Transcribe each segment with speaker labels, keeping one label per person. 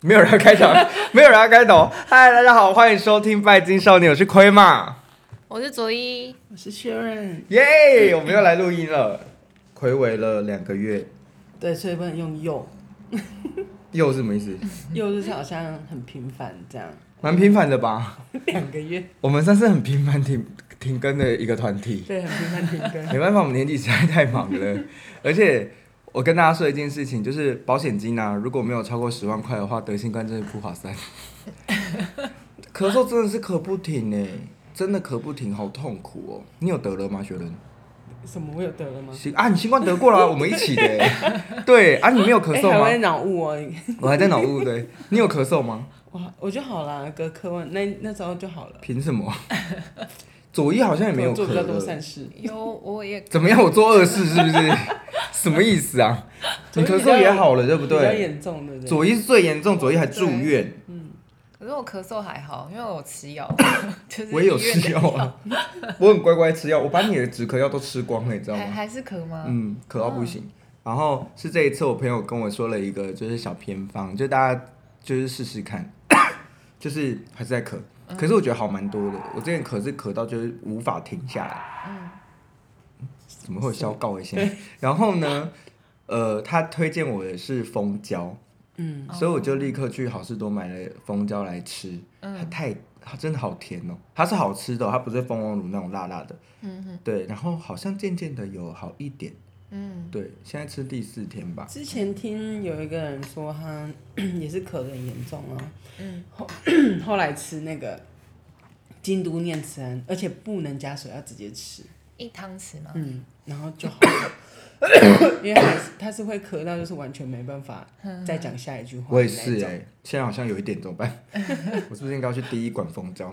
Speaker 1: 没有人要开场，没有人要开头。嗨，大家好，欢迎收听《拜金少年》，我是亏嘛，
Speaker 2: 我是佐伊，
Speaker 3: 我是 Sharon。
Speaker 1: 耶、我们又来录音了，暌违了两个月，
Speaker 3: 对，所以不能用又，
Speaker 1: 又是什么意思？
Speaker 3: 又就是好像很频繁这样，
Speaker 1: 蛮频繁的吧？
Speaker 3: 两个月，
Speaker 1: 我们算是很频繁停停更的一个团体，
Speaker 3: 对，很频繁停更。
Speaker 1: 没办法，我们年纪实在太忙了，而且。我跟大家说一件事情，就是保险金啊，如果没有超过十万块的话，得新冠真的不划算。咳嗽真的是咳不停呢、欸真的咳不停，好痛苦哦！你有得了吗，雪伦？
Speaker 3: 什么？我有得了吗？
Speaker 1: 新啊，你新冠得过了啊、我们一起的欸。 对啊，你没有咳
Speaker 3: 哎，
Speaker 1: 嗽
Speaker 3: 还会
Speaker 1: 吗？
Speaker 3: 脑雾哦，
Speaker 1: 我还在脑雾对，你有咳嗽吗？
Speaker 3: 哇，我就好啦，隔科问那那时候就好了。
Speaker 1: 凭什 么？左一好像也没有
Speaker 3: 做
Speaker 1: 咳
Speaker 3: 比较多善
Speaker 1: 了。
Speaker 3: 事，
Speaker 2: 有我也
Speaker 1: 怎么样？我做恶事是不是？ 什么意思啊？你咳
Speaker 3: 左一
Speaker 1: 嗽
Speaker 3: 比较
Speaker 1: 也好了，对不
Speaker 3: 比较
Speaker 1: 对？
Speaker 3: 严重的
Speaker 1: 左一是最严重，左一还住院，
Speaker 2: 可是我咳嗽还好，因为我吃药， 就是
Speaker 1: 我也有
Speaker 2: 医院的
Speaker 1: 吃药 啊， 我很乖乖吃药，我把你的止咳药都吃光了，你知道
Speaker 2: 还
Speaker 1: 吗？
Speaker 2: 还是咳吗？
Speaker 1: 嗯，渴到不行。然后是这一次我朋友跟我说了一个就是小偏方，就大家就是试试看， 就是还是在咳，可是我觉得好蛮多的。我之前咳是咳到就是无法停下来，怎么会有消告一下？然后呢，呃，他推荐我的是蜂胶，
Speaker 3: 嗯，
Speaker 1: 所以我就立刻去好事多买了蜂胶来吃，它太它真的好甜哦，它是好吃的哦、它不是蜂王乳那种辣辣的，嗯对，然后好像渐渐的有好一点，嗯，对，现在吃第四天吧，
Speaker 3: 之前听有一个人说他 也是咳得很严重啊，嗯，后 后来吃那个京都念慈庵，而且不能加水，要直接吃。
Speaker 2: 一汤匙吗？
Speaker 3: 嗯，然后就好了，因为他是他是会咳到，就是完全没办法
Speaker 2: 嗯
Speaker 3: 再讲下一句话。
Speaker 1: 我也是哎、
Speaker 3: 哎，
Speaker 1: 现在好像有一点怎么办？我是不是应该要去第一管蜂胶？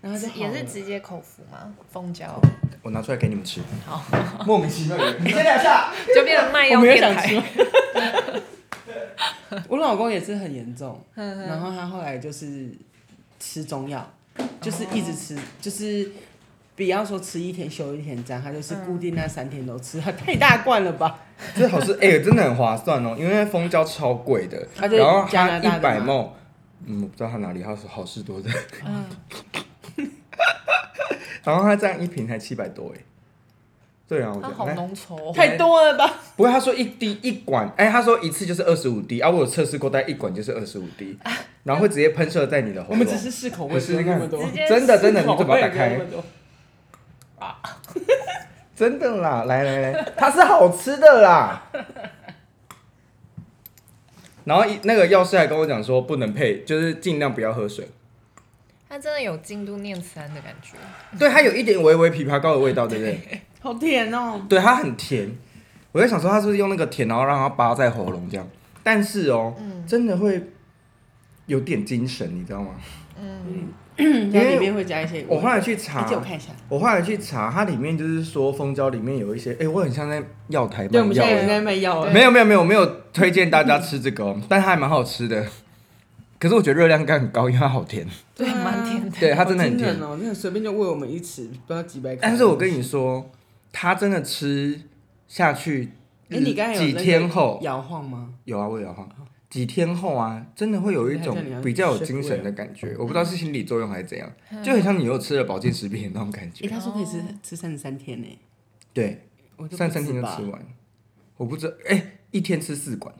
Speaker 3: 然后就好
Speaker 2: 也是
Speaker 3: 了
Speaker 2: 直接口服吗？蜂胶
Speaker 1: 我拿出来给你们吃，
Speaker 2: 好，
Speaker 1: 莫名其妙的，你先聊一下，
Speaker 2: 就变成卖
Speaker 3: 我
Speaker 2: 药
Speaker 3: 没有
Speaker 2: 电
Speaker 3: 想
Speaker 2: 台。
Speaker 3: 说， 我老公也是很严重，
Speaker 2: 嗯
Speaker 3: 然后他后来就是吃中药，就是一直吃，就是不要说吃一天休一天这样，他就是固定那三天都吃，他太大罐了吧？
Speaker 1: 这好吃哎、真的很划算哦，因为蜂胶超贵的，
Speaker 3: 它就是
Speaker 1: 然后
Speaker 3: 加
Speaker 1: 它
Speaker 3: 拿
Speaker 1: 一
Speaker 3: 大
Speaker 1: 百
Speaker 3: 的嘛
Speaker 1: 梦，嗯，我不知道它哪里，它是好事多的，
Speaker 2: 嗯，
Speaker 1: 然后它这样一瓶才七百多哎，对啊，我觉
Speaker 2: 它
Speaker 1: 得
Speaker 2: 好
Speaker 1: 那
Speaker 2: 浓稠哦。
Speaker 3: 太多了吧？
Speaker 1: 不过他说一滴一管，哎、他说一次就是二十五滴，啊，我有测试过，大概一管就是二十五 滴，然后会直接喷射在你的喉
Speaker 3: 我
Speaker 1: 咙。
Speaker 3: 们只是试口味，
Speaker 1: 我试试
Speaker 3: 不用那
Speaker 1: 看
Speaker 3: 么多
Speaker 2: 直，接
Speaker 1: 真的真的，
Speaker 3: 口
Speaker 1: 你嘴巴
Speaker 3: 味
Speaker 1: 打
Speaker 3: 不用
Speaker 1: 开
Speaker 3: 那，么多
Speaker 1: 真的啦，来来来，它是好吃的啦。然后一那个药师还跟我讲说，不能配，就是尽量不要喝水。
Speaker 2: 它真的有京都念慈庵的感觉。
Speaker 1: 对，它有一点微微枇杷膏的味道，对不对？
Speaker 3: 好甜哦。
Speaker 1: 对，它很甜。我在想说，它是不是用那个甜，然后让它扒在喉咙这样？但是哦，真的会有点精神，你知道吗？
Speaker 3: 它里面会加一些，
Speaker 1: 我后来去查
Speaker 3: 你借，我看一下。
Speaker 1: 我后来去查，它里面就是说蜂胶里面有一些，哎、我很像在药台卖
Speaker 3: 对，我们现在
Speaker 1: 药
Speaker 3: 也。在卖药 了。
Speaker 1: 没有没有没有，我没有推荐大家吃这个哦， 但它还蛮好吃的。可是我觉得热量应该很高，因为它好 甜。
Speaker 2: 对，蛮甜的。
Speaker 1: 对，它啊真的很
Speaker 3: 好惊
Speaker 1: 甜
Speaker 3: 人。哦！真的随便就喂我们一匙，不知道几百克。
Speaker 1: 但是我跟你说，它真的吃下去，
Speaker 3: 哎，你刚才有
Speaker 1: 几
Speaker 3: 那个
Speaker 1: 天后
Speaker 3: 摇晃吗？
Speaker 1: 有啊，我有哈。几天后啊，真的会有一种
Speaker 3: 那叫你
Speaker 1: 比较有精神的感觉，我不知道是心理作用还是怎样，
Speaker 3: 嗯
Speaker 1: 就很像你又吃了保健食品的那种感
Speaker 3: 哎，
Speaker 1: 觉。
Speaker 3: 他说可以吃吃三十三天呢，
Speaker 1: 对，
Speaker 3: 我就
Speaker 1: 三
Speaker 3: 不
Speaker 1: 三天就
Speaker 3: 吧
Speaker 1: 吃。完，我不知道，哎、一天吃四管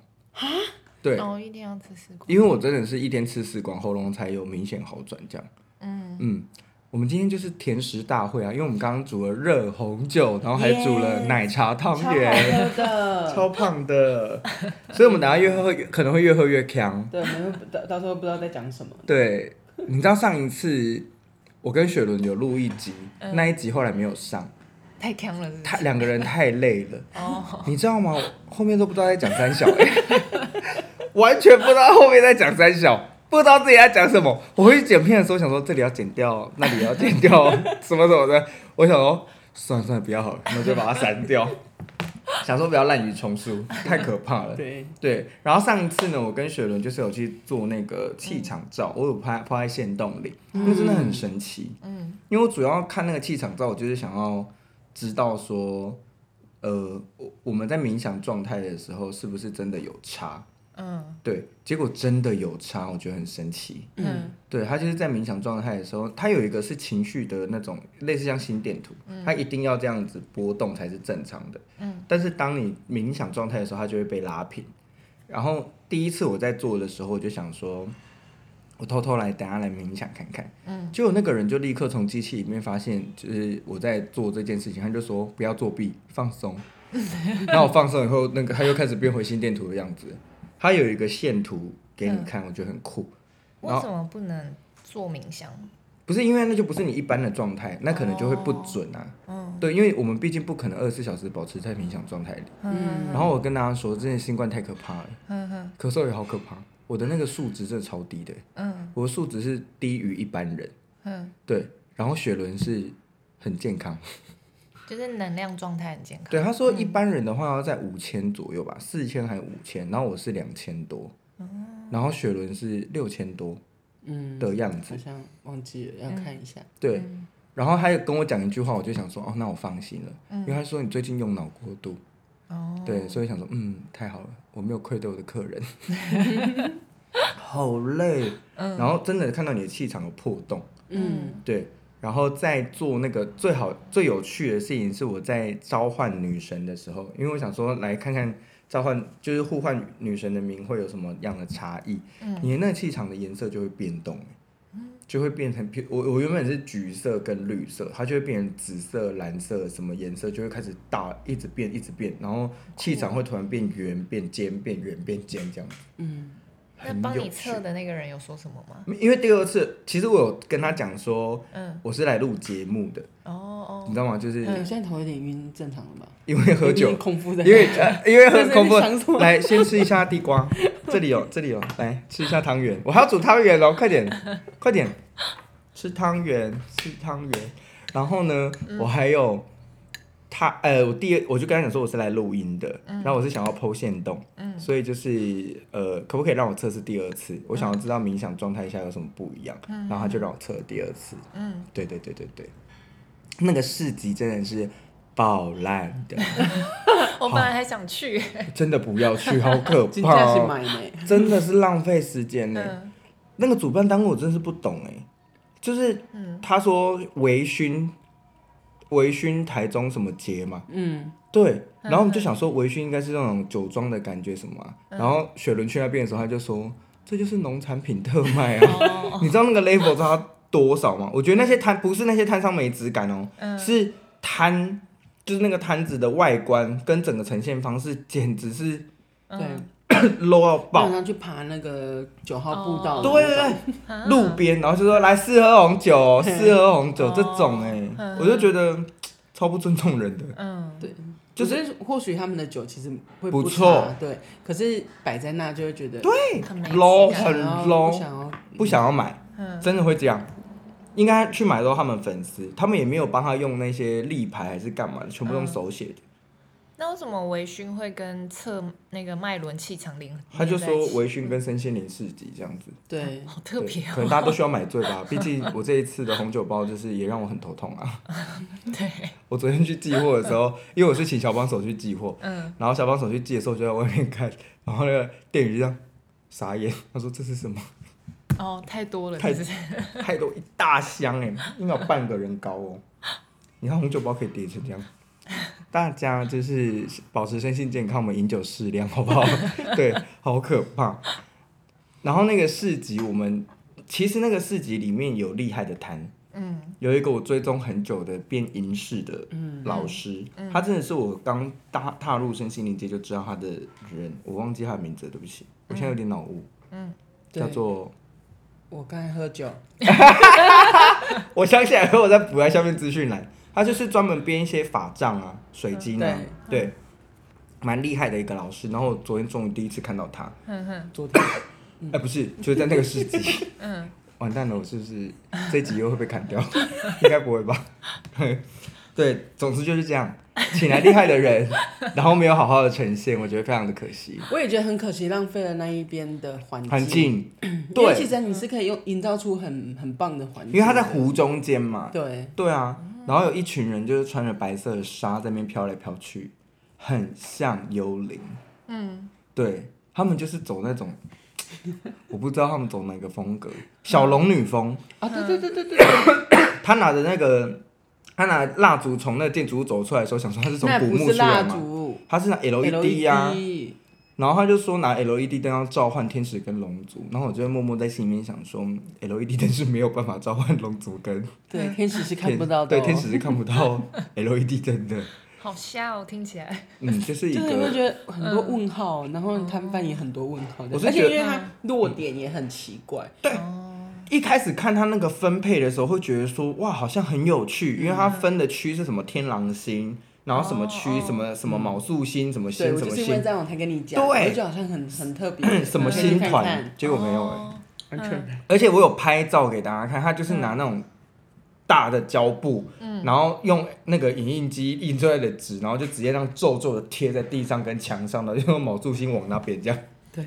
Speaker 1: 对，
Speaker 2: 哦，一定要吃四罐。
Speaker 1: 因为我真的是一天吃四管，喉咙才有明显好转这样。嗯我们今天就是甜食大会啊，因为我们刚刚煮了热红酒，然后还煮了
Speaker 3: 耶
Speaker 1: 奶茶汤
Speaker 3: 超好
Speaker 1: 圆，
Speaker 3: 喝 的，
Speaker 1: 超胖的，所以我们等下越喝越可能会越喝越强。
Speaker 3: 对，没有到到时候不知道在讲什么。
Speaker 1: 对，你知道上一次我跟雪伦有录一集，那一集后来没有上，
Speaker 2: 太强了是不
Speaker 1: 他
Speaker 2: 是？
Speaker 1: 两个人太累了。
Speaker 2: 哦，
Speaker 1: 你知道吗？我后面都不知道在讲三小、欸， 完全不知道后面在讲三小，不知道自己在讲什么。我回去剪片的时候想说这里要剪掉，那里要剪掉，什么什么的。我想说算了算了，不要好了，那就把它删掉。想说不要滥竽充数，太可怕了。
Speaker 3: 对，
Speaker 1: 对，然后上一次呢，我跟雪伦就是有去做那个气
Speaker 2: 嗯
Speaker 1: 场照，我有拍拍在线洞里，那真的很神奇。嗯，因为我主要看那个气场照，我就是想要知道说，呃，我我们在冥想状态的时候是不是真的有差？
Speaker 2: 嗯
Speaker 1: 对，结果真的有差，我觉得很神奇。
Speaker 2: 嗯
Speaker 1: 对他就是在冥想状态的时候，他有一个是情绪的那种类似像心电图，他一定要这样子波动才是正常的。
Speaker 2: 嗯，
Speaker 1: 但是当你冥想状态的时候，它就会被拉平。然后第一次我在做的时候，我就想说，我偷偷来，等下来冥想看看。
Speaker 2: 嗯，
Speaker 1: 结果那个人就立刻从机器里面发现，就是我在做这件事情，他就说不要作弊，放松。 然后我放松以后，那个他又开始变回心电图的样子。他有一个线图给你看，我觉得很酷。然后
Speaker 2: 为什么不能做冥想？
Speaker 1: 不是因为那就不是你一般的状态，那可能就会不
Speaker 2: 哦
Speaker 1: 准啊。
Speaker 2: 嗯
Speaker 1: 对，因为我们毕竟不可能二十四小时保持在冥想状态里。
Speaker 2: 嗯
Speaker 1: 然后我跟大家说，这件新冠太可怕了，
Speaker 2: 嗯嗯
Speaker 1: 咳嗽也好可怕。我的那个数值真的超低的，
Speaker 2: 嗯
Speaker 1: 我的数值是低于一般人。
Speaker 2: 嗯，
Speaker 1: 对，然后雪伦是很健康。
Speaker 2: 就是能量状态很健康。
Speaker 1: 对，啊他说一般人的话要在五千左右吧，四千还五千，然后我是两千多，
Speaker 2: 嗯
Speaker 1: 然后雪伦是六千多
Speaker 3: 嗯，
Speaker 1: 的样子
Speaker 3: 好。像忘记了，要看一下。
Speaker 1: 对，然后他也跟我讲一句话，我就想说，哦，那我放心了，因为他说你最近用脑过度，
Speaker 2: 哦，
Speaker 1: 对，所以想说，嗯，太好了，我没有愧对我的客人，好累。然后真的看到你的气场有破洞，
Speaker 3: 嗯，
Speaker 1: 对。然后在做那个最好最有趣的事情是我在召唤女神的时候，因为我想说来看看召唤就是互换女神的名会有什么样的差异，你的那个气场的颜色就会变动，欸就会变成譬我我原本是橘色跟绿色，它就会变成紫色、蓝色什么颜色就会开始大一直变一直变，然后气场会突然变圆变尖变圆变尖这样子，
Speaker 2: 那
Speaker 1: 嗯，
Speaker 2: 帮
Speaker 1: 很有
Speaker 2: 你
Speaker 1: 趣
Speaker 2: 测。的那个人有说什么吗？
Speaker 1: 因为第二次其实我有跟他讲说
Speaker 2: 嗯，
Speaker 1: 我是来录节目的。
Speaker 2: 哦哦，
Speaker 1: 你知道吗？就是
Speaker 3: 嗯，现在头有点晕，正常了吧？
Speaker 1: 因为 喝
Speaker 3: 有
Speaker 1: 酒
Speaker 3: 点，空腹的，
Speaker 1: 因 为呃因为喝空
Speaker 3: 那是你想
Speaker 1: 腹，
Speaker 3: 说
Speaker 1: 来先吃一下地瓜，这里有这里有，来吃一下汤圆，我还要煮汤圆哦喽，快点快点，吃汤圆吃汤圆，然后呢，
Speaker 3: 嗯
Speaker 1: 我还有他呃，我第二我就跟他讲说我是来录音的，
Speaker 3: 嗯
Speaker 1: 然后我是想要剖线洞，所以就是呃，可不可以让我测试第二次？
Speaker 3: 嗯
Speaker 1: 我想要知道冥想状态下有什么不一样，然后他就让我测了第二次，
Speaker 2: 嗯，
Speaker 1: 对对对对对，那个市集真的是爆烂的。
Speaker 2: 我本来还想去。
Speaker 1: 真的不要去，好 可
Speaker 3: 金
Speaker 1: 怕、
Speaker 3: 价是
Speaker 1: 哦！
Speaker 3: 买呢。
Speaker 1: 真的是浪费时间呢、
Speaker 2: 嗯
Speaker 1: 那个主办单位我真是不懂哎、就是
Speaker 3: 嗯
Speaker 1: 他说微醺，微醺台中什么节嘛，
Speaker 3: 嗯，
Speaker 1: 对，然后我们就想说微醺应该是那种酒庄的感觉什么啊、
Speaker 3: 嗯
Speaker 1: 然后雪伦去那边的时候他就说这就是农产品特卖
Speaker 3: 哦
Speaker 1: 啊， 你知道那个 level 差多少吗？我觉得那些摊不是那些摊商没质感哦，
Speaker 3: 嗯
Speaker 1: 是摊就是那个摊子的外观跟整个呈现方式简直是。
Speaker 3: 对，
Speaker 2: 嗯
Speaker 1: low 到
Speaker 3: 晚
Speaker 1: 爆。
Speaker 3: 上去爬那个九号步道的
Speaker 1: 对
Speaker 3: 那
Speaker 1: 对
Speaker 3: 种，
Speaker 2: 嗯
Speaker 1: 对，路边，然后就说来试喝红酒，
Speaker 3: 嘿
Speaker 1: 试喝红酒
Speaker 2: 哦
Speaker 1: 这种哎、
Speaker 2: 嗯
Speaker 1: 我就觉得嘖超不尊重人的。
Speaker 2: 嗯，
Speaker 3: 对，
Speaker 1: 就
Speaker 3: 就是是或许他们的酒其实会
Speaker 1: 不
Speaker 3: 不
Speaker 1: 错
Speaker 3: 差，对，可是摆在那就会觉得
Speaker 2: 很没啊
Speaker 1: low
Speaker 2: 质感
Speaker 1: 很
Speaker 3: 想要
Speaker 1: low
Speaker 3: 不想要
Speaker 1: 不想要买，
Speaker 2: 嗯
Speaker 1: 真的会这样。应该去买都他们粉丝，他们也没有帮他用那些立牌还是干嘛的，全部都用手写
Speaker 2: 嗯
Speaker 1: 的。
Speaker 2: 那为什么微醺会跟测那个脉轮气场连？
Speaker 1: 他就说
Speaker 2: 连在一起
Speaker 1: 微醺跟生鲜灵市集这样子，
Speaker 3: 对，
Speaker 2: 好特别
Speaker 1: 对可
Speaker 2: 哦，
Speaker 1: 能大家都需要买醉吧。毕竟我这一次的红酒包就是也让我很头痛啊。
Speaker 2: 对，
Speaker 1: 我昨天去寄货的时候，因为我是请小帮手去寄货，
Speaker 2: 嗯，
Speaker 1: 然后小帮手去借的时候就在外面看，然后那个店员就这样傻眼，他说这是什么？
Speaker 2: 哦，太多了，
Speaker 1: 太
Speaker 2: 是不是？
Speaker 1: 太多一大箱哎、应该有半个人高哦。你看红酒包可以叠成这样。大家就是保持身心健康，我们饮酒适量，好不好？ 对，好可怕。然后那个市集，我们其实那个市集里面有厉害的摊，
Speaker 2: 嗯
Speaker 1: 有一个我追踪很久的变音室的老师，
Speaker 2: 嗯
Speaker 1: 他真的是我刚踏踏入身心灵界就知道他的人，我忘记他的名字了，对不起，我现在有点脑雾，
Speaker 2: 嗯，
Speaker 1: 叫
Speaker 3: 对，
Speaker 1: 做
Speaker 3: 我刚才喝酒，
Speaker 1: 我想起来 了，我再补在下面资讯栏，他就是专门编一些法杖啊、水晶啊，对，蛮厉害的一个老师。然后我昨天终于第一次看到他，
Speaker 2: 哼哼，
Speaker 3: 昨天
Speaker 1: 哎、不是，就是在那个市集，
Speaker 2: 嗯，
Speaker 1: 完蛋了，我是不是这集又会被砍掉？ 应该不会吧？ 对，总之就是这样，请来厉害的人，然后没有好好的呈现，我觉得非常的可惜。
Speaker 3: 我也觉得很可惜，浪费了那一边的环
Speaker 1: 环境，
Speaker 3: 因为
Speaker 1: 对，
Speaker 3: 其实你是可以用营造出很很棒的环境的，
Speaker 1: 因为它在湖中间嘛，
Speaker 3: 对，
Speaker 1: 对啊，
Speaker 3: 嗯
Speaker 1: 然后有一群人就是穿着白色的纱在那边飘来飘去，很像幽灵。
Speaker 2: 嗯，
Speaker 1: 对，他们就是走那种， 我不知道他们走哪个风格，小龙女风。
Speaker 3: 啊，对对对对对，
Speaker 1: 他拿着那个，他拿蜡烛从那个建筑物走出来的时候，想说他是从
Speaker 3: 那
Speaker 1: 古
Speaker 3: 不
Speaker 1: 墓
Speaker 3: 是
Speaker 1: 出来
Speaker 3: 蜡
Speaker 1: 嘛，E
Speaker 3: 烛 E
Speaker 1: 他是拿 LED 呀、
Speaker 3: LED
Speaker 1: 啊然后他就说拿 LED 灯要召唤天使跟龙族，然后我就默默在心里面想说嗯，LED 灯是没有办法召唤龙族跟
Speaker 3: 对，天使是看
Speaker 1: 天
Speaker 3: 不到的、哦
Speaker 1: 对，天。使是看不到 LED 灯的，
Speaker 2: 好瞎哦，听起来。
Speaker 1: 嗯，就是一
Speaker 3: 就是你会
Speaker 1: 个
Speaker 3: 觉得很多问号，然后摊贩也很多问号的，
Speaker 1: 我是
Speaker 3: 而
Speaker 1: 觉
Speaker 3: 且
Speaker 1: 得
Speaker 3: 因为它落点也很奇怪，
Speaker 1: 一开始看他那个分配的时候，会觉得说哇，好像很有趣，因为它分的区是什么天狼星，然后什么区、
Speaker 2: 哦哦
Speaker 1: 什么什么卯宿星，什么
Speaker 3: 对
Speaker 1: 星
Speaker 3: 我
Speaker 1: 什
Speaker 3: 就
Speaker 1: 么
Speaker 3: 是因为
Speaker 1: 星，
Speaker 3: 这样我才跟你讲，
Speaker 1: 对嗯
Speaker 3: 我就觉得好像很很特别，
Speaker 1: 什么
Speaker 3: 你可以去
Speaker 1: 星
Speaker 3: 看看
Speaker 1: 团，结果没有哎、
Speaker 2: 哦
Speaker 3: 完全
Speaker 1: 而且我有拍照给大家看，他就是拿那种大的胶布，
Speaker 3: 嗯
Speaker 1: 然后用那个影印机印出来的纸，然后就直接让皱皱的贴在地上跟墙上的，然后用毛柱心往那边这样，
Speaker 3: 对，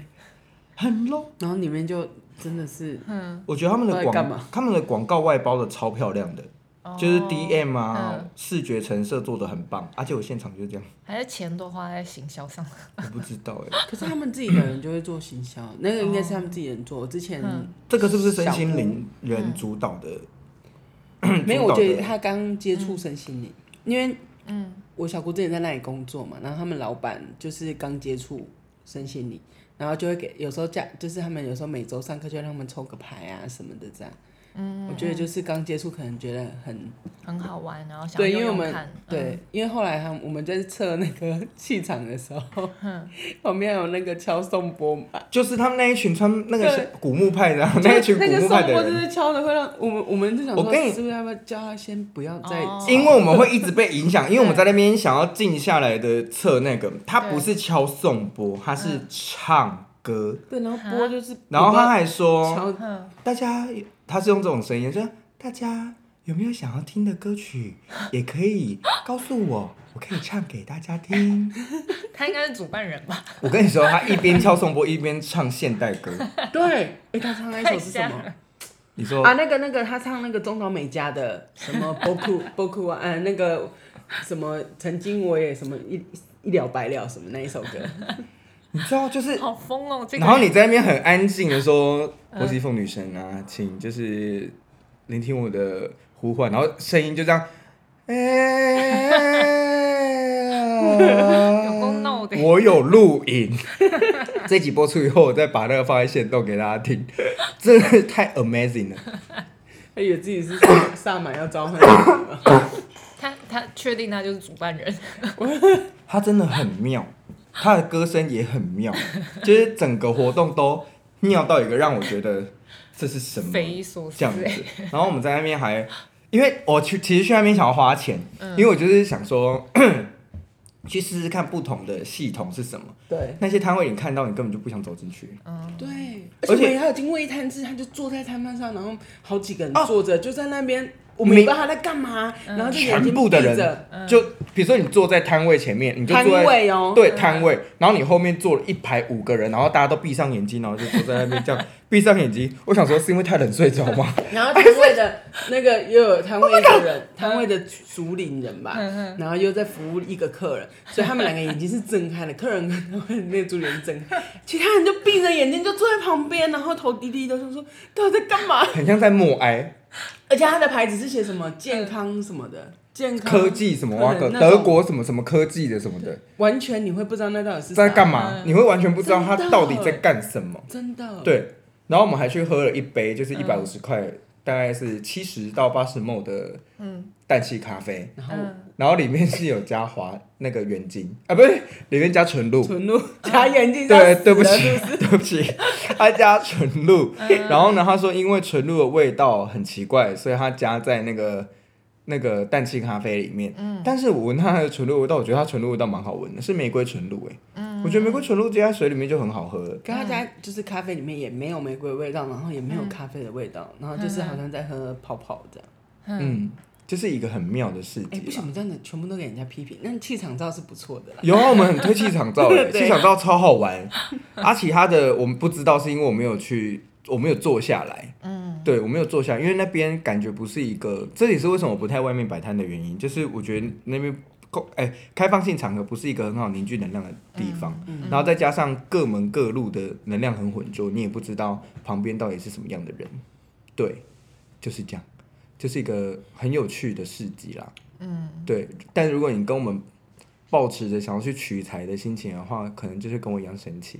Speaker 1: 很 low。
Speaker 3: 然后里面就真的是
Speaker 1: 我觉得他们的
Speaker 3: 不知道在干
Speaker 1: 广
Speaker 3: 嘛
Speaker 1: 他们的广告外包的超漂亮的，
Speaker 2: 哦
Speaker 1: 就是 DM 啊，
Speaker 2: 嗯
Speaker 1: 视觉成色做的很棒，而且我现场就这样，
Speaker 2: 还是钱都花在行销上。
Speaker 1: 我不知道哎、
Speaker 3: 可是他们自己的人就会做行销，那个应该是他们自己人做。我之前
Speaker 2: 嗯
Speaker 1: 这个是不是身心灵人主导的？
Speaker 3: 没有，
Speaker 1: 主嗯
Speaker 3: 我
Speaker 1: 导的
Speaker 3: 觉得他刚接触身心灵，因为嗯，我小姑之前在那里工作嘛，然后他们老板就是刚接触身心灵，然后就会给有时候假，就是他们有时候每周上课就让他们抽个牌啊什么的这样。嗯，我觉得就是刚接触，可能觉得很
Speaker 2: 很好玩，然后哦想
Speaker 3: 对，因
Speaker 2: 用
Speaker 3: 为我
Speaker 2: 用
Speaker 3: 们
Speaker 2: 看，嗯
Speaker 3: 对，因为后来他们我们在测那个 气场的时候，旁边有那个敲颂钵嘛，
Speaker 1: 就是他们那一群穿那个是
Speaker 3: 对
Speaker 1: 古墓派的、啊， 那一群古
Speaker 3: 那个
Speaker 1: 墓
Speaker 3: 颂
Speaker 1: 派的
Speaker 3: 钵
Speaker 1: 人
Speaker 3: 真。的敲的会让我们，我们就想
Speaker 1: 我
Speaker 3: 说，
Speaker 1: 跟你
Speaker 3: 是不是要不要叫他先不要再
Speaker 2: 哦
Speaker 3: 吵？
Speaker 1: 因为我们会一直被影 响，因为我们在那边想要静下来的测那个，他
Speaker 2: 对
Speaker 1: 不是敲颂钵，他是
Speaker 3: 嗯
Speaker 1: 唱歌，
Speaker 3: 对，然后波就是，
Speaker 1: 然后他还说
Speaker 3: 敲
Speaker 2: 嗯，
Speaker 1: 大家，他是用这种声音说大家有没有想要听的歌曲，也可以告诉我，我可以唱给大家听。
Speaker 2: 嗯他应该是主办人吧？
Speaker 1: 我跟你说，他一边敲颂钵一边唱现代歌，
Speaker 3: 对，哎、他唱那一首是什么？
Speaker 1: 你说
Speaker 3: 啊，那个那个，他唱那个中岛美嘉的什么 “boku boku” 啊，呃那个什么“曾经我也什么一一了百了”什么那一首歌，
Speaker 1: 你知道就是
Speaker 2: 好疯哦， 这个。
Speaker 1: 然后你啊在那边很安静的说：“我是凤女神啊，请就是聆听我的呼唤。”然后声音就这样，哎、
Speaker 2: 有够闹的
Speaker 1: 我有录影，这集播出以后，我再把那个放在线动给大家听，真的太 amazing 了。
Speaker 3: 他以为自己是萨萨满要召唤人了
Speaker 2: 他他确定他就是主办人，
Speaker 1: 他真的很妙，他的歌声也很妙，就是整个活动都妙到一个让我觉得这是什么
Speaker 2: 匪夷所思
Speaker 1: 这样子
Speaker 2: 欸。。
Speaker 1: 然后我们在那边还，因为我去其实去那边想要花钱，
Speaker 3: 嗯
Speaker 1: 因为我就是想说 去试试看不同的系统是什么。
Speaker 3: 对
Speaker 1: 那些摊位你看到，你根本就不想走进去。
Speaker 3: 嗯对，
Speaker 1: 而
Speaker 3: 而
Speaker 1: 且
Speaker 3: 且他有经过一摊子，他就坐在摊贩上，然后好几个人
Speaker 1: 哦
Speaker 3: 坐着，就在那边，我们也不知道他在干嘛，然后就眼
Speaker 1: 全
Speaker 3: 睛
Speaker 1: 部
Speaker 3: 闭
Speaker 1: 的
Speaker 3: 着。嗯
Speaker 1: 人，就比如说你坐在摊位前面，你就
Speaker 3: 摊
Speaker 1: 坐在
Speaker 3: 位哦，
Speaker 1: 对摊位，然后你后面坐了一排五个人，然后大家都闭上眼睛，然后就坐在那边这样 闭上眼睛。我想说是因为太冷睡着吗？
Speaker 3: 然后摊位的那个又有摊位的人，摊位的主领人吧，然后又在服务一个客人，所以他们两个眼睛是睁开的，客人跟摊位那个主领人睁 开，其他人就闭着眼睛就坐在旁边，然后头低低的，就说到底在干嘛？
Speaker 1: 很像在默 哀
Speaker 3: 而且他的牌子是写什么健康什么的，健康
Speaker 1: 科技什么哇个
Speaker 3: 对那种
Speaker 1: 德国什么什么科技的什么的，
Speaker 3: 完全你会不知道那到底是
Speaker 1: 在干
Speaker 3: 嘛，
Speaker 1: 嘛？你会完全不知道他
Speaker 3: 真的
Speaker 1: 到底在干什么。
Speaker 3: 嗯真的，嗯
Speaker 1: 对，然后我们还去喝了一杯，就是一百五十块，大概是七十到八十 ml 的
Speaker 3: 嗯
Speaker 1: 氮气咖啡，
Speaker 3: 然后
Speaker 2: 嗯，
Speaker 1: 然后里面是有加华那个原精啊，不是里面加纯露。
Speaker 3: 纯露 加眼镜，
Speaker 1: 对，对不起，对不起，他加纯露， 然后呢，他说因为纯露的味道很奇怪，所以他加在那个那个氮气咖啡里面。但是我闻它的纯露味道，我觉得它纯露味道蛮好闻的，是玫瑰纯露哎、我觉得玫瑰纯露加在水里面就很好喝了。
Speaker 3: 跟他家就是咖啡里面也没有玫瑰味道，然后也没有咖啡的味道，然后就是好像在喝泡泡这样。
Speaker 1: 嗯，就是一个很妙的啊世
Speaker 3: 哎、
Speaker 1: 界
Speaker 3: 不。行，我们这样子全部都给人家批评，那气场照是不错的啦。
Speaker 1: 有啊，我们很推气场 照诶，
Speaker 3: 对
Speaker 1: 气场照超好玩。而且他的我们不知道，是因为我没有去，我没有坐下来。嗯，对，我没有坐下来，因为那边感觉不是一个，这也是为什么我不太外面摆摊的原因，就是我觉得那边公哎、开放性场合不是一个很好凝聚能量的地方，
Speaker 3: 嗯
Speaker 1: 然后再加上各门各路的能量很浑浊，你也不知道旁边到底是什么样的人，对，就是这样，就是一个很有趣的市集啦，嗯，对，但如果你跟我们抱持着想要去取材的心情的话，可能就是跟我一样生气，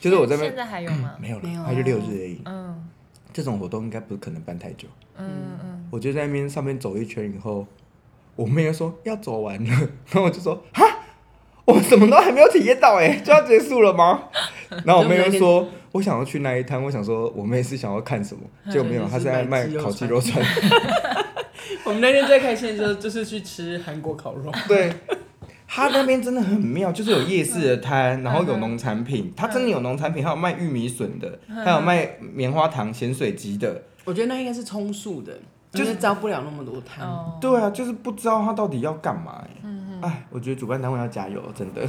Speaker 1: 就是我这边
Speaker 2: 现在还有吗？
Speaker 1: 没有了啊
Speaker 3: 没有，
Speaker 1: 它就六日而已，
Speaker 2: 嗯
Speaker 1: 这种活动应该不可能办太久。
Speaker 2: 嗯嗯，
Speaker 1: 我就在那边上面走一圈以后，我妹就说要走完了， 然后我就说哈，我们什么都还没有体验到哎、 就要结束了吗？ 然后我妹又说，我想要去那一摊，我想说我妹是想要看什 么，结果没有，她是在卖烤鸡肉串，
Speaker 3: 我们那天最开心的时候就是去吃韩国烤肉，
Speaker 1: 对。她那边真的很妙，就是有夜市的摊，然后有农产品，她真的有农产品，还有卖玉米笋的，还有卖棉花糖、咸水鸡的。
Speaker 3: 我觉得那应该是充数的，
Speaker 1: 就是
Speaker 3: 就是招不了那么多摊。
Speaker 2: 哦，
Speaker 1: 对啊，就是不知道她到底要干嘛哎、哎，我觉得主办单位要加油，真的，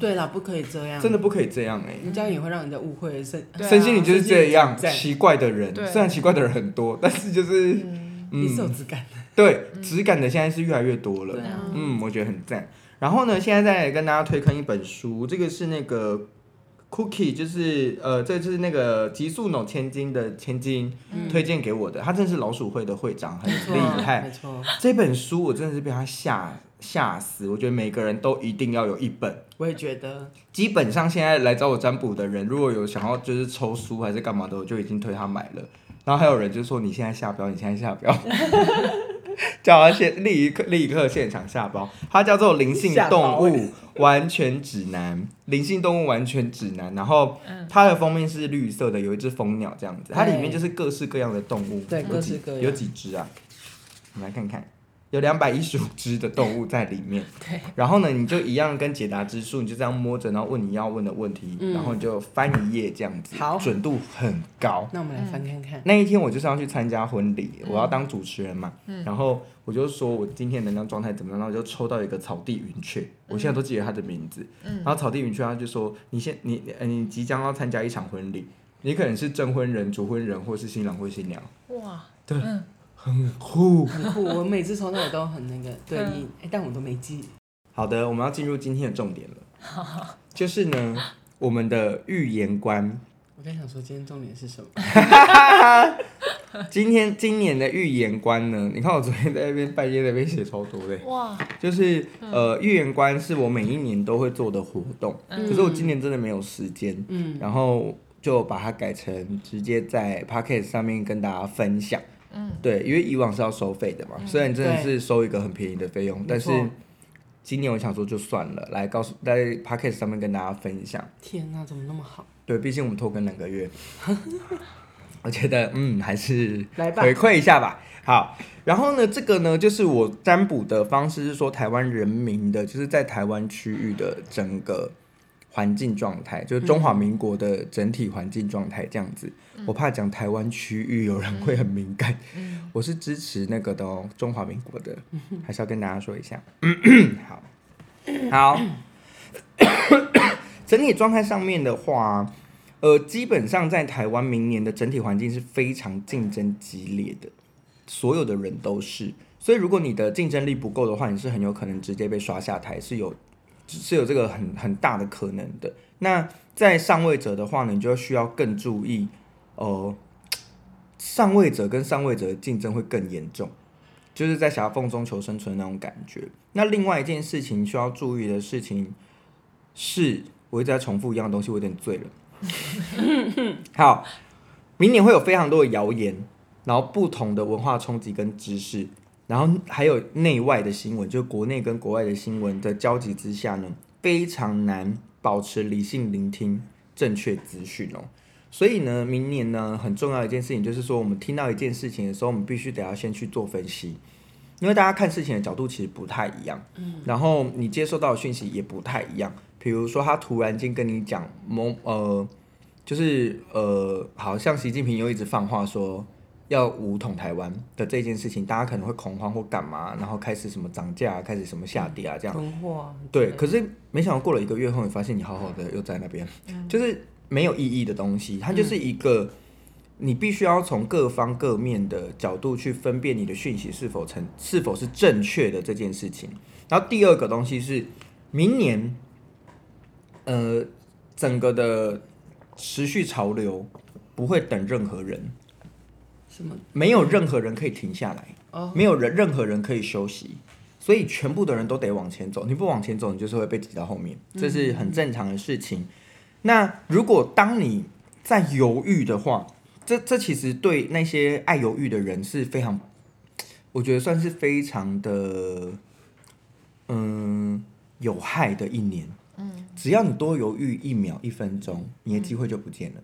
Speaker 3: 对啦，不可以这样，
Speaker 1: 真的不可以这样哎、
Speaker 3: 你这样也会让人家误会是。
Speaker 2: 对啊
Speaker 1: 身心灵就是这样，
Speaker 3: 身心灵
Speaker 1: 奇怪的人
Speaker 2: 对，
Speaker 1: 虽然奇怪的人很多， 但是就是，
Speaker 3: 你是有
Speaker 1: 嗯，
Speaker 3: 质感的，
Speaker 1: 对，质感的现在是越来越多
Speaker 3: 对
Speaker 1: 了，
Speaker 3: 啊，
Speaker 1: 嗯，我觉得很赞。然后呢，现在再来跟大家推坑一本书，这个是那个 Cookie，就是呃，这就是那个极速脑千金的千金、推荐给我的，他真的是老鼠会的会长，很
Speaker 3: 没错
Speaker 1: 厉害。
Speaker 3: 没错，
Speaker 1: 这本书我真的是被他吓吓死，我觉得每个人都一定要有一本。
Speaker 3: 我也觉得，
Speaker 1: 基本上现在来找我占卜的人，如果有想要就是抽书还是干嘛的，我就已经推他买了。然后还有人就说你现在下标，你现在下标， 叫他现立刻立刻现场下标。它叫做《灵性动
Speaker 3: 吓
Speaker 1: 物完全指南》，《灵性动物完全指南》。然后它的封面是绿色的，有一只蜂鸟这样子，它里面就是各式各样的动物，
Speaker 3: 对
Speaker 1: 有
Speaker 3: 各
Speaker 1: 几
Speaker 3: 式各样
Speaker 1: 有几只啊？我们来看看，有两百一十五只的动物在里面。
Speaker 3: 对，
Speaker 1: 然后呢，你就一样跟解答之术，你就这样摸着，然后问你要问的问题，
Speaker 3: 嗯
Speaker 1: 然后你就翻一页这样子，
Speaker 3: 好
Speaker 1: 准度很高。
Speaker 3: 那我们来翻看看，
Speaker 1: 那一天我就是要去参加婚礼，
Speaker 3: 嗯
Speaker 1: 我要当主持人嘛，然后我就说我今天能量状态怎么样，然后我就抽到一个草地云
Speaker 3: 嗯
Speaker 1: 雀，我现在都记得他的名字。然后草地云雀他就说你现你呃你即将要参加一场婚礼，你可能是证婚人、主婚人，或是新郎或新娘，
Speaker 2: 哇，
Speaker 1: 很酷。
Speaker 3: 很酷。我每次抽到我都很那个对应，哎，但我都没记。
Speaker 1: 好的，我们要进入今天的重点了，就是呢，我们的预言官
Speaker 3: 我在想说今天重点是什么？
Speaker 1: 今天今年的预言官呢？你看我昨天在那边半夜在那边写超多的，
Speaker 2: 哇，
Speaker 1: 就是呃，预言官是我每一年都会做的活动，可是我今年真的没有时间，
Speaker 3: 嗯，
Speaker 1: 然后就把它改成直接在 Pocket 上面跟大家分享。嗯，对，因为以往是要收费的嘛，虽然真的是收一个很便宜的费用，但是
Speaker 3: 没错
Speaker 1: 今年我想说就算了，来告诉在 Pocket 上面跟大家分享。
Speaker 3: 天哪，怎么那么好？
Speaker 1: 对，毕竟我们拖更两个月， 我觉得嗯，还是
Speaker 3: 来吧
Speaker 1: 回馈一下吧。好，然后呢，这个呢，就是我占卜的方式是说台湾人民的，就是在台湾区域的整个环境状态，就是中华
Speaker 3: 嗯
Speaker 1: 民国的整体环境状态这样子。我怕讲台湾区域有人会很敏感，
Speaker 3: 嗯
Speaker 1: 我是支持那个的哦，中华民国的，还是要跟大家说一下。 好，好， 整体状态上面的话，呃，基本上在台湾明年的整体环境是非常竞争激烈的，所有的人都是。所以如果你的竞争力不够的话，你是很有可能直接被刷下台，是有是有这个很很大的可能的。那在上位者的话呢，你就需要更注意，呃，上位者跟上位者的竞争会更严重。就是在狭缝中求生存那种感觉。那另外一件事情需要注意的事情是，我一直在重复一样东西，我有点醉了。好，明年会有非常多的谣言，然后不同的文化冲击跟知识，然后还有内外的新闻，就是国内跟国外的新闻的交集之下呢，非常难保持理性聆听正确资讯哦。所以呢，明年呢很重要的一件事情就是说，我们听到一件事情的时候，我们必须得要先去做分析，因为大家看事情的角度其实不太一样，嗯，然后你接收到的讯息也不太一样。比如说，他突然间跟你讲某呃，就是呃，好像习近平又一直放话说要武统台湾的这件事情，大家可能会恐慌或干嘛，然后开始什么涨价，开始什么下跌啊，这样。
Speaker 3: 囤货啊，
Speaker 1: 对，可是没想到过了一个月后，你发现你好好的又在那边，就是没有意义的东西，它就是一个你必须要从各方各面的角度去分辨你的讯息是否成是否是正确的这件事情。然后第二个东西是，明年，呃，整个的持续潮流不会等任何人，
Speaker 3: 什么？
Speaker 1: 没有任何人可以停下来，
Speaker 3: 哦
Speaker 1: 没有人任何人可以休息，所以全部的人都得往前走。你不往前走，你就是会被挤到后面，这是很正常的事情。那如果当你在犹豫的话，这这其实对那些爱犹豫的人是非常，我觉得算是非常的，嗯，有害的一年。嗯，只要你多犹豫一秒、一分钟，你的机会就不见了。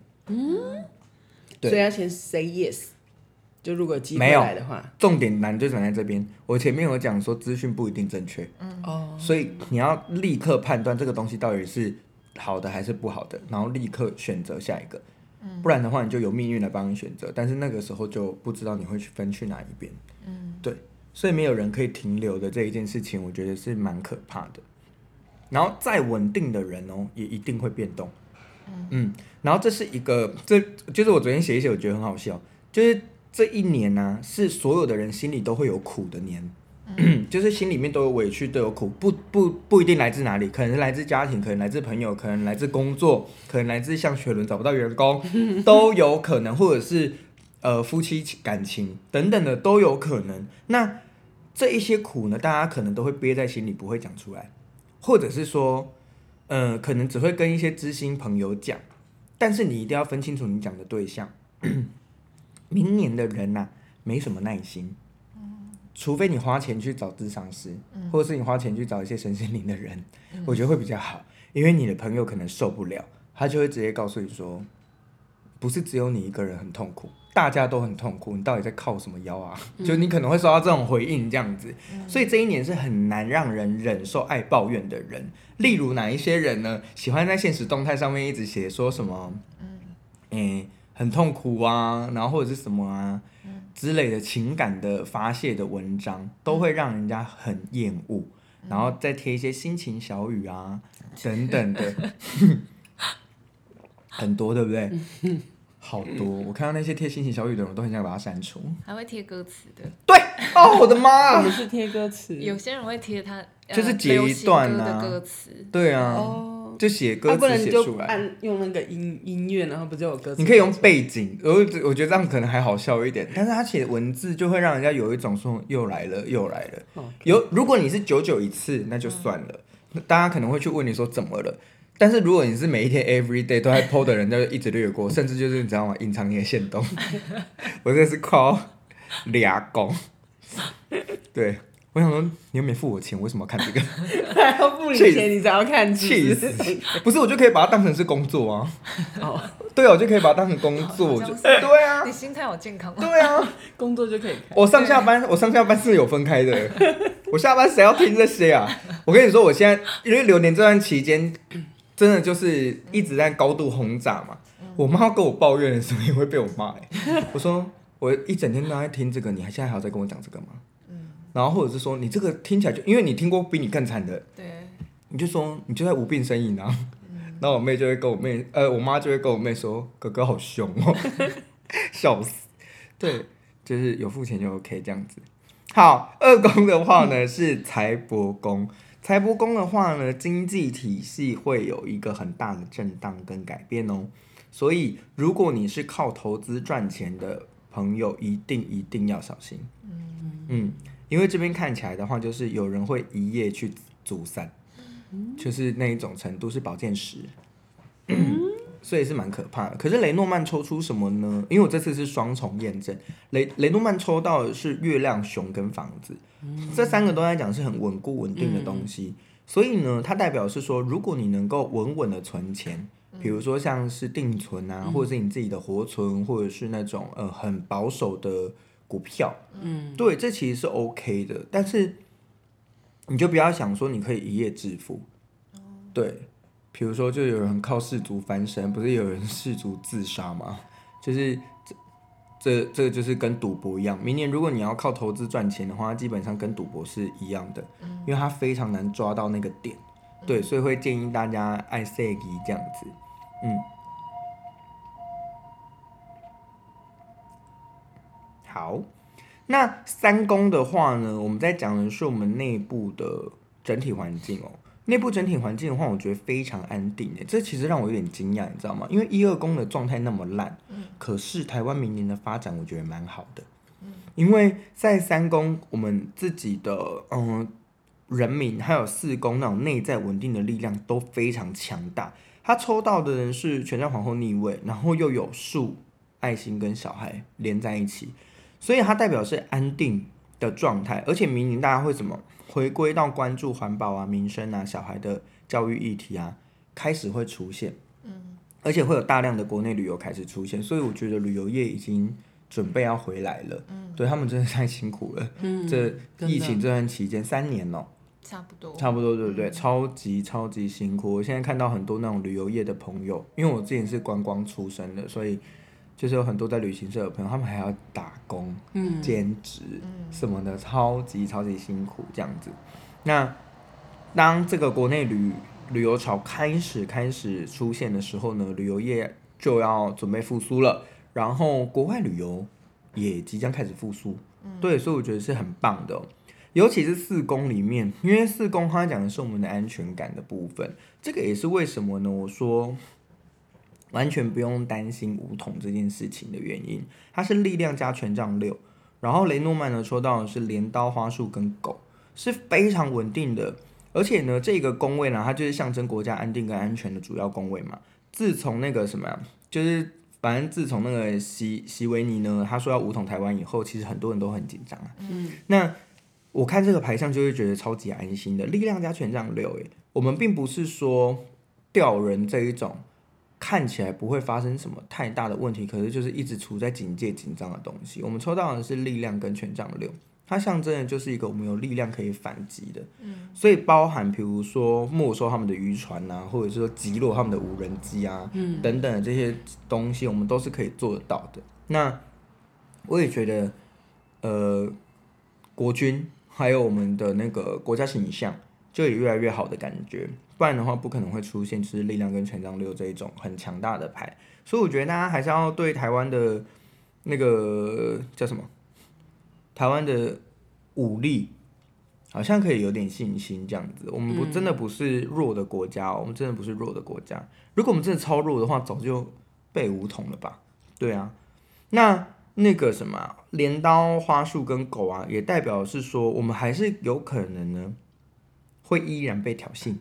Speaker 1: 对
Speaker 3: 所以要先 say yes。就如果有机会
Speaker 1: 没有
Speaker 3: 来的话，
Speaker 1: 重点难就难在这边。我前面有讲说资讯不一定正确，
Speaker 3: 哦，
Speaker 1: 所以你要立刻判断这个东西到底是好的还是不好的，然后立刻选择下一个。不然的话，你就由命运来帮你选择，但是那个时候就不知道你会去分去哪一边。嗯，对，所以没有人可以停留的这一件事情，我觉得是蛮可怕的。然后再稳定的人哦，也一定会变动。嗯，然后这是一个，这就是我昨天写一写，我觉得很好笑，就是这一年呢、是所有的人心里都会有苦的年，就是心里面都有委屈，都有苦，不不不一定来自哪里，可能来自家庭，可能来自朋友，可能来自工作，可能来自像雪伦找不到员工，都有可能，或者是呃夫妻感情等等的都有可能。那这一些苦呢，大家可能都会憋在心里，不会讲出来，或者是说，呃，可能只会跟一些知心朋友讲，但是你一定要分清楚你讲的对象。 明年的人呐、啊没什么耐心。除非你花钱去找智商师，或者是你花钱去找一些身心灵的人，我觉得会比较好，因为你的朋友可能受不了，他就会直接告诉你说，不是只有你一个人很痛苦，大家都很痛苦，你到底在靠什么腰啊？就你可能会收到这种回应这样子，所以这一年是很难让人忍受爱抱怨的人。例如哪一些人呢？喜欢在现实动态上面一直写说什么，嗯，很痛苦啊，然后或者是什么啊，之类的情感的发泄的文章，都
Speaker 3: 嗯
Speaker 1: 会让人家很厌恶，然后再贴一些心情小语 啊等等的，很多对不对？好多，我看到那些贴心情小语的人，我都很想把它删除。
Speaker 2: 还会贴歌词的，
Speaker 1: 对，哦，我的
Speaker 3: 我
Speaker 1: 妈！
Speaker 3: 们啊是贴歌词，
Speaker 2: 有些人会贴他呃
Speaker 1: 就是截一段啊
Speaker 2: 流行歌的歌词，
Speaker 1: 对啊，
Speaker 3: 哦，
Speaker 1: 就写
Speaker 3: 啊
Speaker 1: 歌
Speaker 3: 不
Speaker 1: 词
Speaker 3: 然
Speaker 1: 写
Speaker 3: 就
Speaker 1: 出来，
Speaker 3: 按用那个音音乐，然后不就有歌词？
Speaker 1: 你可以用背景，我我觉得这样可能还好笑一点，但是他写文字就会让人家有一种说又来了又来了。
Speaker 3: 哦，
Speaker 1: 有，如果你是九九一次，那就算了。
Speaker 2: 嗯
Speaker 1: 那大家可能会去问你说怎么了，但是如果你是每一天 every day 都在 PO 的人，那就一直略过，甚至就是你知道吗？隐藏你的线 动，我这是靠俩公。对，我想说你又没付我钱，为什么要看这 个？
Speaker 3: 还要付你钱，你才要看，
Speaker 1: 气
Speaker 3: 是不是
Speaker 1: 不是，我就可以把它当成是工作啊。
Speaker 3: 哦，
Speaker 1: 对啊，我就可以把它当成工作，我就
Speaker 2: 好像是
Speaker 1: 对啊
Speaker 2: 你，心态有健康吗？哦
Speaker 1: 对啊。
Speaker 3: 工作就 可以 看。
Speaker 1: 我上下班，我上下班是有分开的。我下班谁要听这些啊？我跟你说，我现在因为流年这段期间，真的就是一直在高度轰炸嘛。我妈跟我抱怨的时候也会被我骂、欸。我说我一整天都在听这个，你还现在还要再跟我讲这个吗？然后或者是说你这个听起来就，因为你听过比你更惨的，
Speaker 2: 对，
Speaker 1: 你就说你就在无病呻吟啊。然后我妹就会跟我妹，呃，我妈就会跟我妹说：“哥哥好凶哦，,笑死。”对，就是有付钱就 OK 这样子。好，二宫的话呢是财帛宫，财帛宫的话呢，经济体系会有一个很大的震荡跟改变哦。所以，如果你是靠投资赚钱的朋友，一定一定要小心。嗯，因为这边看起来的话，就是有人会一夜去阻散。就是那一种程度是保健石， 所以是蛮可怕的。可是雷诺曼抽出什么呢？因为我这次是双重验证，雷雷诺曼抽到的是月亮熊跟房子，这三个都在讲是很稳固稳定的东西。所以呢，它代表是说，如果你能够稳稳的存钱，比如说像是定存啊，或者是你自己的活存，或者是那种呃很保守的股票，嗯，对，这其实是 OK 的。但是你就不要想说你可以一夜致富，对，比如说就有人靠氏族翻身，不是有人氏族自杀吗？就是这这这就是跟赌博一样。明年如果你要靠投资赚钱的话，它基本上跟赌博是一样的，因为它非常难抓到那个点。对，所以会建议大家爱 s e 这样子，嗯。好，那三宫的话呢，我们在讲的是我们内部的整体环境哦。内部整体环境的话，我觉得非常安定诶，这其实让我有点惊讶，你知道吗？因为一二宫的状态那么烂，可是台湾明年的发展，我觉得蛮好的。因为在三宫，我们自己的嗯人民还有四宫那种内在稳定的力量都非常强大。他抽到的人是权杖皇后逆位，然后又有树、爱心跟小孩连在一起，所以它代表是安定的状态。而且明年大家会怎么回归到关注环保啊、民生啊、小孩的教育议题啊，开始会出现。嗯，而且会有大量的国内旅游开始出现，所以我觉得旅游业已经准备要回来了。嗯，对他们真的太辛苦了。嗯，这
Speaker 3: 真的
Speaker 1: 疫情这段期间三年哦、
Speaker 2: 差不多。
Speaker 1: 差不多对不对？超级超级辛苦。我现在看到很多那种旅游业的朋友，因为我之前是观光出身的，所以就是有很多在旅行社的朋友，他们还要打工、嗯、兼职什么的，超级超级辛苦这样子。那当这个国内旅旅游潮开始开始出现的时候呢，旅游业就要准备复苏了，然后国外旅游也即将开始复苏。对，所以我觉得是很棒的哦、尤其是四宫里面，因为四宫它讲的是我们的安全感的部分，这个也是为什么呢？我说完全不用担心五统这件事情的原因，它是力量加权杖六，然后雷诺曼呢说到的是镰刀、花束跟狗，是非常稳定的。而且呢，这个宫位呢，它就是象征国家安定跟安全的主要宫位嘛。自从那个什么呀，就是反正自从那个席席维尼呢，他说要武统台湾以后，其实很多人都很紧张啊。嗯，那我看这个牌象就会觉得超级安心的，力量加权杖六，诶，我们并不是说吊人这一种看起来不会发生什么太大的问题，可是就是一直处在警戒紧张的东西。我们抽到的是力量跟权杖六，它象征的就是一个我们有力量可以反击的，嗯，所以包含比如说没收他们的渔船啊，或者是说击落他们的无人机啊，嗯，等等的这些东西，我们都是可以做得到的。那我也觉得，呃，国军还有我们的那个国家形象，就有越来越好的感觉。不然的话，不可能会出现就是力量跟权杖六这一种很强大的牌。所以我觉得大家还是要对台湾的那个叫什么，台湾的武力。好像可以有点信心这样子，我们不真的不是弱的国家、哦，我们真的不是弱的国家。如果我们真的超弱的话，早就被武统了吧？对啊，那那个什么啊镰刀、花束跟狗啊，也代表是说我们还是有可能呢，会依然被挑衅。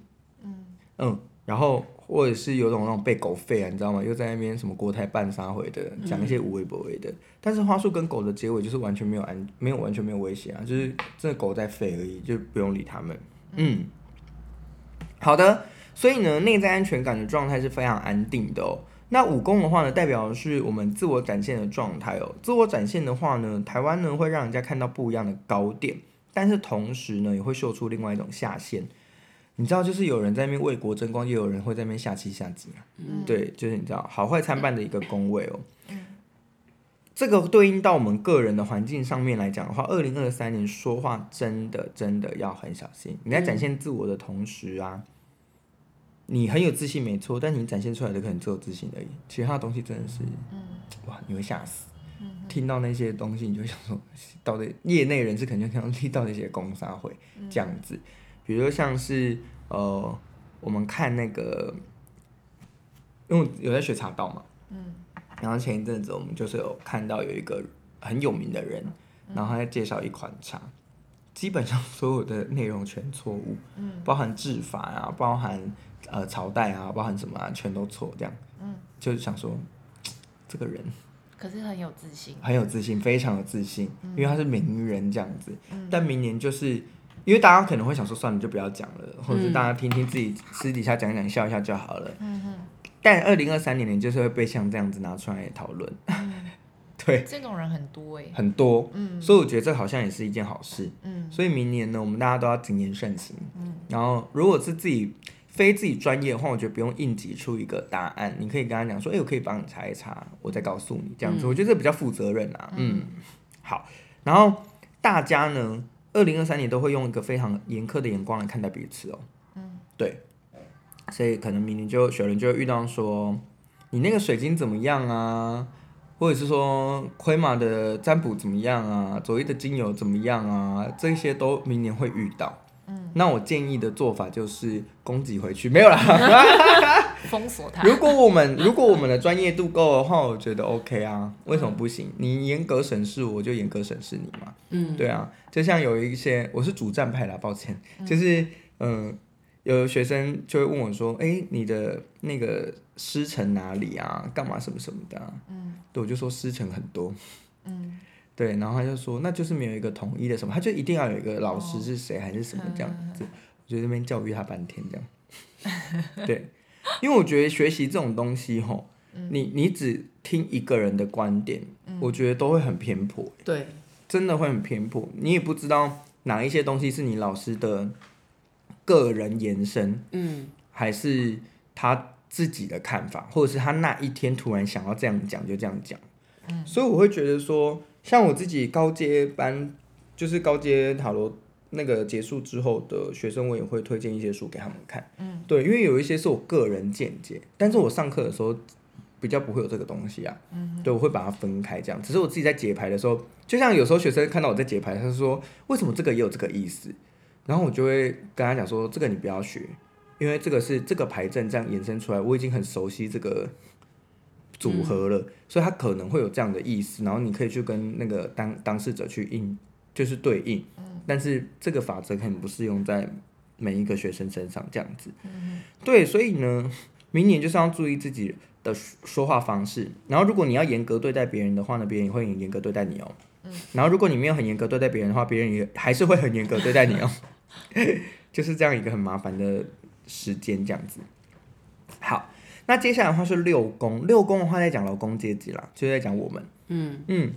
Speaker 1: 嗯然后或者是有种那种被狗吠啊，你知道吗？又在那边什么国台办杀回的，讲一些无微不微的。但是花束跟狗的结尾就是完全没有安，没有完全没有威胁啊，就是这狗在吠而已，就不用理他们。嗯，好的。所以呢，内在安全感的状态是非常安定的哦。那武功的话呢，代表的是我们自我展现的状态哦。自我展现的话呢，台湾呢会让人家看到不一样的高点，但是同时呢也会秀出另外一种下限。你知道，就是有人在那边为国争光，也有人会在那边下棋下棋啊。对，就是你知道好坏参半的一个宫位哦。这个对应到我们个人的环境上面来讲的话，二零二三年说话真的真的要很小心。你在展现自我的同时啊，你很有自信没错，但你展现出来的可能只有自信而已，其他的东西真的是，哇，你会吓死。听到那些东西，你就想说，到底业内人士肯定想听到那些公杀会这样子，比如说像是呃，我们看那个，因为我有在学茶道嘛，嗯，然后前一阵子我们就是有看到有一个很有名的人，然后他在介绍一款茶，基本上所有的内容全错误，嗯，包含制法啊，包含呃朝代啊，包含什么啊，全都错，这样，嗯，就是想说这个人。
Speaker 2: 可是很有自信。
Speaker 1: 很有自信，非常有自信，因为他是名人这样子。但明年就是因为大家可能会想说，算了，就不要讲了，或者是大家听听自己私底下讲一讲，笑一笑就好了。但二零二三年你就是会被像这样子拿出来讨论， 对，
Speaker 2: 这种人很多哎、
Speaker 1: 很多。所以我觉得这好像也是一件好事。所以明年呢，我们大家都要谨言慎行。然后如果是自己非自己专业的话，我觉得不用硬挤出一个答案，你可以跟他讲说，哎、我可以帮你查一查，我再告诉你这样子。我觉得这比较负责任啊。嗯，好。然后大家呢，二零二三年都会用一个非常严苛的眼光来看待彼此哦。嗯，对。所以可能明年就有人就会遇到说，你那个水晶怎么样啊？或者是说奎马的占卜怎么样啊，左一的精油怎么样啊，这些都明年会遇到。嗯，那我建议的做法就是攻击回去，没有啦。
Speaker 2: 封锁它。
Speaker 1: 如果我们如果我们的专业度够的话，我觉得 OK 啊，为什么不行？你严格审视我，我就严格审视你嘛。
Speaker 3: 嗯，
Speaker 1: 对啊，就像有一些我是主战派啦，抱歉，就是嗯、有学生就会问我说：“哎、你的那个师承哪里啊？干嘛什么什么的、啊？”嗯，对，我就说师承很多。
Speaker 2: 嗯，
Speaker 1: 对，然后他就说，那就是没有一个统一的什么，他就一定要有一个老师是谁还是什么这样子，我就在那边教育他半天这样。对，因为我觉得学习这种东西吼，
Speaker 3: 嗯
Speaker 1: 你你只听一个人的观点，我觉得都会很偏颇。
Speaker 3: 对，
Speaker 1: 真的会很偏颇，你也不知道哪一些东西是你老师的个人延伸，
Speaker 3: 嗯，
Speaker 1: 还是他自己的看法，或者是他那一天突然想要这样讲就这样讲。嗯，所以我会觉得说，像我自己高阶班，就是高阶塔罗那个结束之后的学生，我也会推荐一些书给他们看。嗯，对，因为有一些是我个人见解，但是我上课的时候。比较不会有这个东西啊，嗯、对，我会把它分开这样。只是我自己在解牌的时候，就像有时候学生看到我在解牌，他就说为什么这个也有这个意思，然后我就会跟他讲说这个你不要学，因为这个是这个牌阵这样延伸出来，我已经很熟悉这个组合了，所以它可能会有这样的意思，然后你可以去跟那个当当事者去应，就是对应，但是这个法则可能不适用在每一个学生身上这样子，对，所以呢，明年就是要注意自己的说说话方式，然后如果你要严格对待别人的话呢，别人也会很严格对待你哦。然后，如果你没有很严格对待别人的话，别人也还是会很严格对待你哦。 就是这样一个很麻烦的时间这样子。好，那接下来的话是六宫，六宫的话在讲劳工阶级啦，就是在讲我们。嗯嗯，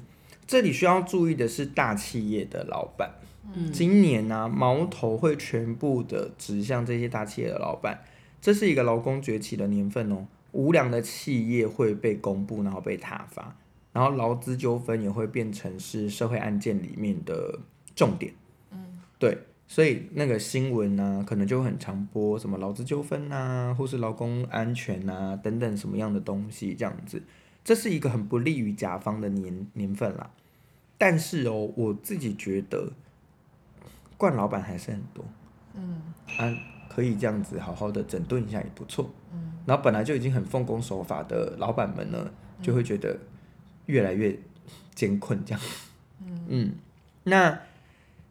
Speaker 1: 这里需要注意的是大企业的老板。嗯，今年呢、矛头会全部的指向这些大企业的老板，这是一个劳工崛起的年份哦。无良的企业会被公布，然后被挞伐，然后劳资纠纷也会变成是社会案件里面的重点。嗯，对，所以那个新闻呢、可能就会很常播什么劳资纠纷呐，或是劳工安全呐、等等什么样的东西这样子，这是一个很不利于甲方的年年份啦。但是哦，我自己觉得，惯老板还是很多，嗯，啊，可以这样子好好的整顿一下也不错，嗯，然后本来就已经很奉公守法的老板们呢，就会觉得越来越艰困这样，嗯那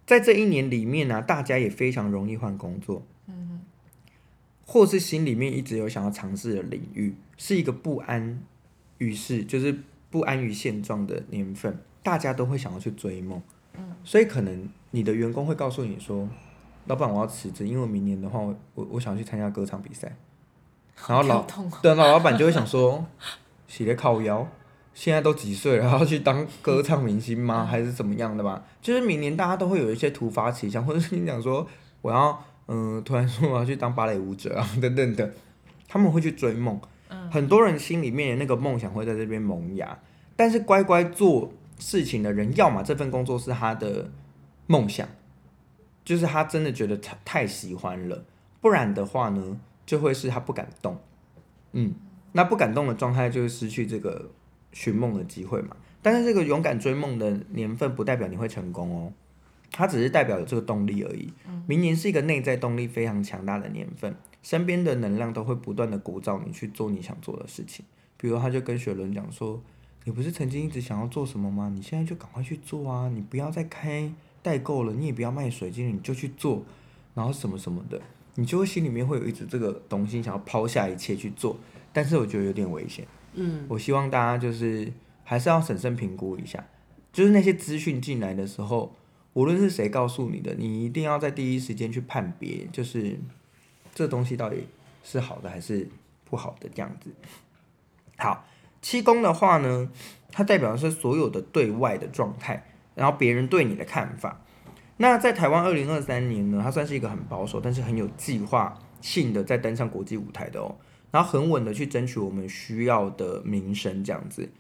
Speaker 1: 在这一年里面呢、啊大家也非常容易换工作，嗯，或是心里面一直有想要尝试的领域，是一个不安于世，就是不安于现状的年份，大家都会想要去追梦，嗯，所以可能你的员工会告诉你说，老板我要辞职，因为明年的话我我我想去参加歌唱比赛，然后老
Speaker 2: 跳痛
Speaker 1: 对，啊老老板就会想说，洗了靠腰，现在都几岁了，还 要去当歌唱明星吗？还是怎么样的吧？就是明年大家都会有一些突发奇想，或者是你讲说我要，嗯、突然说我要去当芭蕾舞者啊， 等等的，他们会去追梦。很多人心里面的那个梦想会在这边萌芽，但是乖乖做事情的人，要么这份工作是他的梦想，就是他真的觉得太太喜欢了，不然的话呢，就会是他不敢动。嗯，那不敢动的状态就会失去这个寻梦的机会嘛。但是这个勇敢追梦的年份不代表你会成功哦，它只是代表有这个动力而已。明年是一个内在动力非常强大的年份，身边的能量都会不断的鼓噪你去做你想做的事情。比如他就跟雪伦讲说：“你不是曾经一直想要做什么吗？你现在就赶快去做啊！你不要再开代购了，你也不要卖水晶了，你就去做，然后什么什么的。”你就会心里面会有一直这个东西，想要抛下一切去做，但是我觉得有点危险。嗯，我希望大家就是还是要审慎评估一下，就是那些资讯进来的时候，无论是谁告诉你的，你一定要在第一时间去判别，就是这东西到底是好的还是不好的这样子。好，七宫的话呢，它代表的是所有的对外的状态，然后别人对你的看法。那在台湾二零二三年呢，它算是一个很保守，但是很有计划性的在登上国际舞台的哦，然后很稳的去争取我们需要的名声这样子。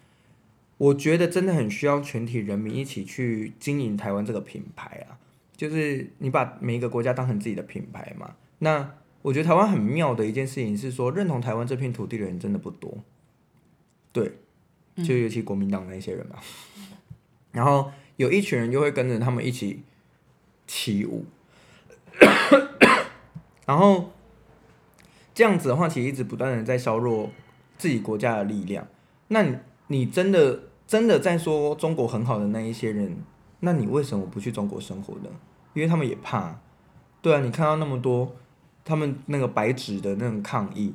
Speaker 1: 我觉得真的很需要全体人民一起去经营台湾这个品牌啊，就是你把每一个国家当成自己的品牌嘛。那我觉得台湾很妙的一件事情是说，认同台湾这片土地的人真的不多，对，就尤其国民党那些人嘛。然后有一群人就会跟着他们一起起舞，然后这样子的话，其实一直不断的在削弱自己国家的力量。那你你真的真的在说中国很好的那一些人，那你为什么不去中国生活呢？因为他们也怕，对啊，你看到那么多他们那个白纸的那种抗议，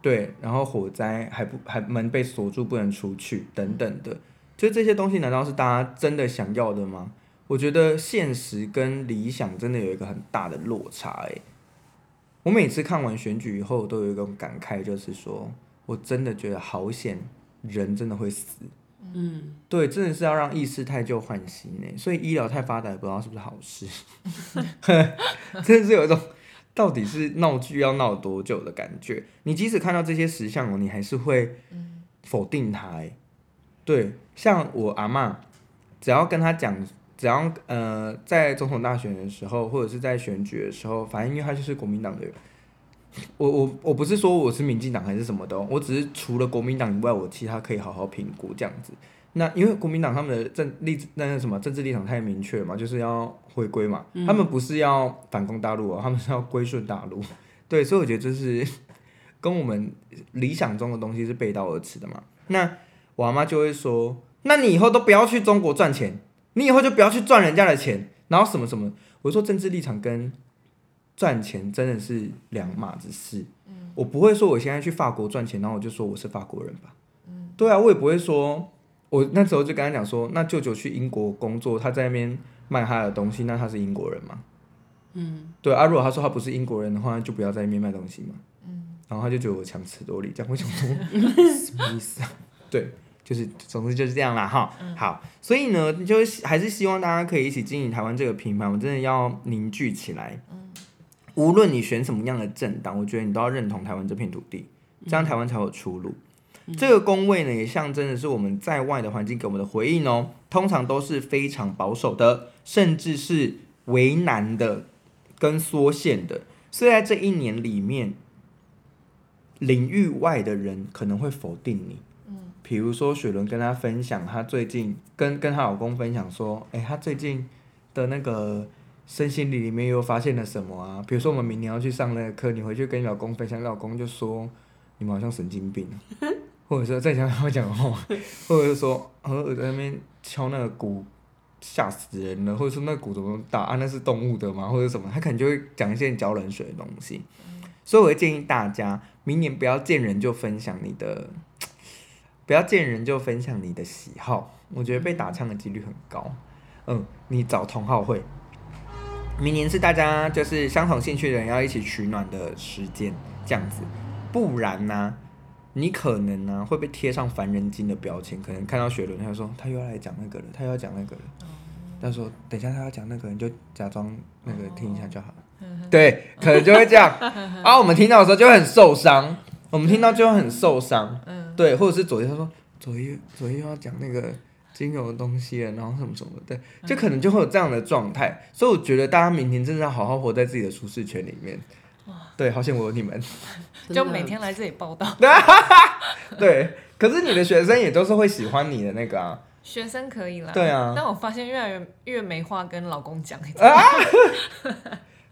Speaker 1: 对，然后火灾还不还门被锁住不能出去等等的，就这些东西难道是大家真的想要的吗？我觉得现实跟理想真的有一个很大的落差、欸，我每次看完选举以后，都有一种感慨，就是说我真的觉得好险，人真的会死。嗯，对，真的是要让意识太旧换新呢。所以医疗太发达，也不知道是不是好事。 真的是有一种到底是闹剧要闹多久的感觉。你即使看到这些实相哦，你还是会否定它欸。对，像我阿嬷，只要跟她讲，只要呃在总统大选的时候，或者是在选举的时候，反正因为她就是国民党的人。我我我不是说我是民进党还是什么的哦，我只是除了国民党以外，我其他可以好好评估这样子。那因为国民党他们的政立那个什么政治立场太明确嘛，就是要回归嘛，他们不是要反攻大陆哦，他们是要归顺大陆。 对，所以我觉得就是 跟我们理想中的东西是背道而驰的嘛。那我阿妈就会说，那你以后都不要去中国赚钱，你以后就不要去赚人家的钱，然后什么什么。我说政治立场跟赚钱真的是两码子事。我不会说我现在去法国赚钱，然后我就说我是法国人吧。对啊，我也不会说，我那时候就跟他讲说，那舅舅去英国工作，他在那边卖他的东西，那他是英国人嘛？嗯，对啊，如果他说他不是英国人的话，就不要在那边卖东西嘛。嗯，然后他就觉得我强词夺理，这样我想说 什么意思啊？对。就是，总之就是这样啦哈。好，所以呢，就是还是希望大家可以一起经营台湾这个品牌，我们真的要凝聚起来。无论你选什么样的政党，我觉得你都要认同台湾这片土地，这样台湾才有出路。这个工位呢，也象征的是我们在外的环境给我们的回应哦。通常都是非常保守的，甚至是为难的跟缩限的。所以在这一年里面，领域外的人可能会否定你。比如说雪伦跟她分享，她最近跟跟她老公分享说，哎、她最近的那个身心灵里面又发现了什么啊？比如说我们明年要去上那个课，你回去跟你老公分享，你老公就说你们好像神经病、啊， 或者说再想他讲话，或者是说呃我在那边敲那个鼓。吓死人了，或者说那鼓怎么打啊？那是动物的吗？或者什么？他可能就会讲一些浇冷水的东西，所以我会建议大家，明年不要见人就分享你的不要见人就分享你的喜好，我觉得被打枪的几率很高。嗯，你找同好会，明年是大家就是相同兴趣的人要一起取暖的时间，这样子，不然呢、你可能呢、会被贴上凡人精的标签，可能看到雪伦，他就说他又要来讲那个了，他又要讲那个了。他说：“等一下，他要讲那个，你就假装那个听一下就好了。”对，可能就会这样。啊，我们听到的时候就会很受伤，我们听到就会很受伤。对，或者是左一他说左一左一又要讲那个精油的东西了，然后什么什么的，就可能就会有这样的状态。所以我觉得大家明天真的要好好活在自己的舒适圈里面。对，好险我有你们。
Speaker 2: 就每天来这里报道。
Speaker 1: 对，可是你的学生也都是会喜欢你的那个啊。
Speaker 2: 学生可以啦，
Speaker 1: 对啊
Speaker 2: 但我发现越来越越没话跟老公讲。欸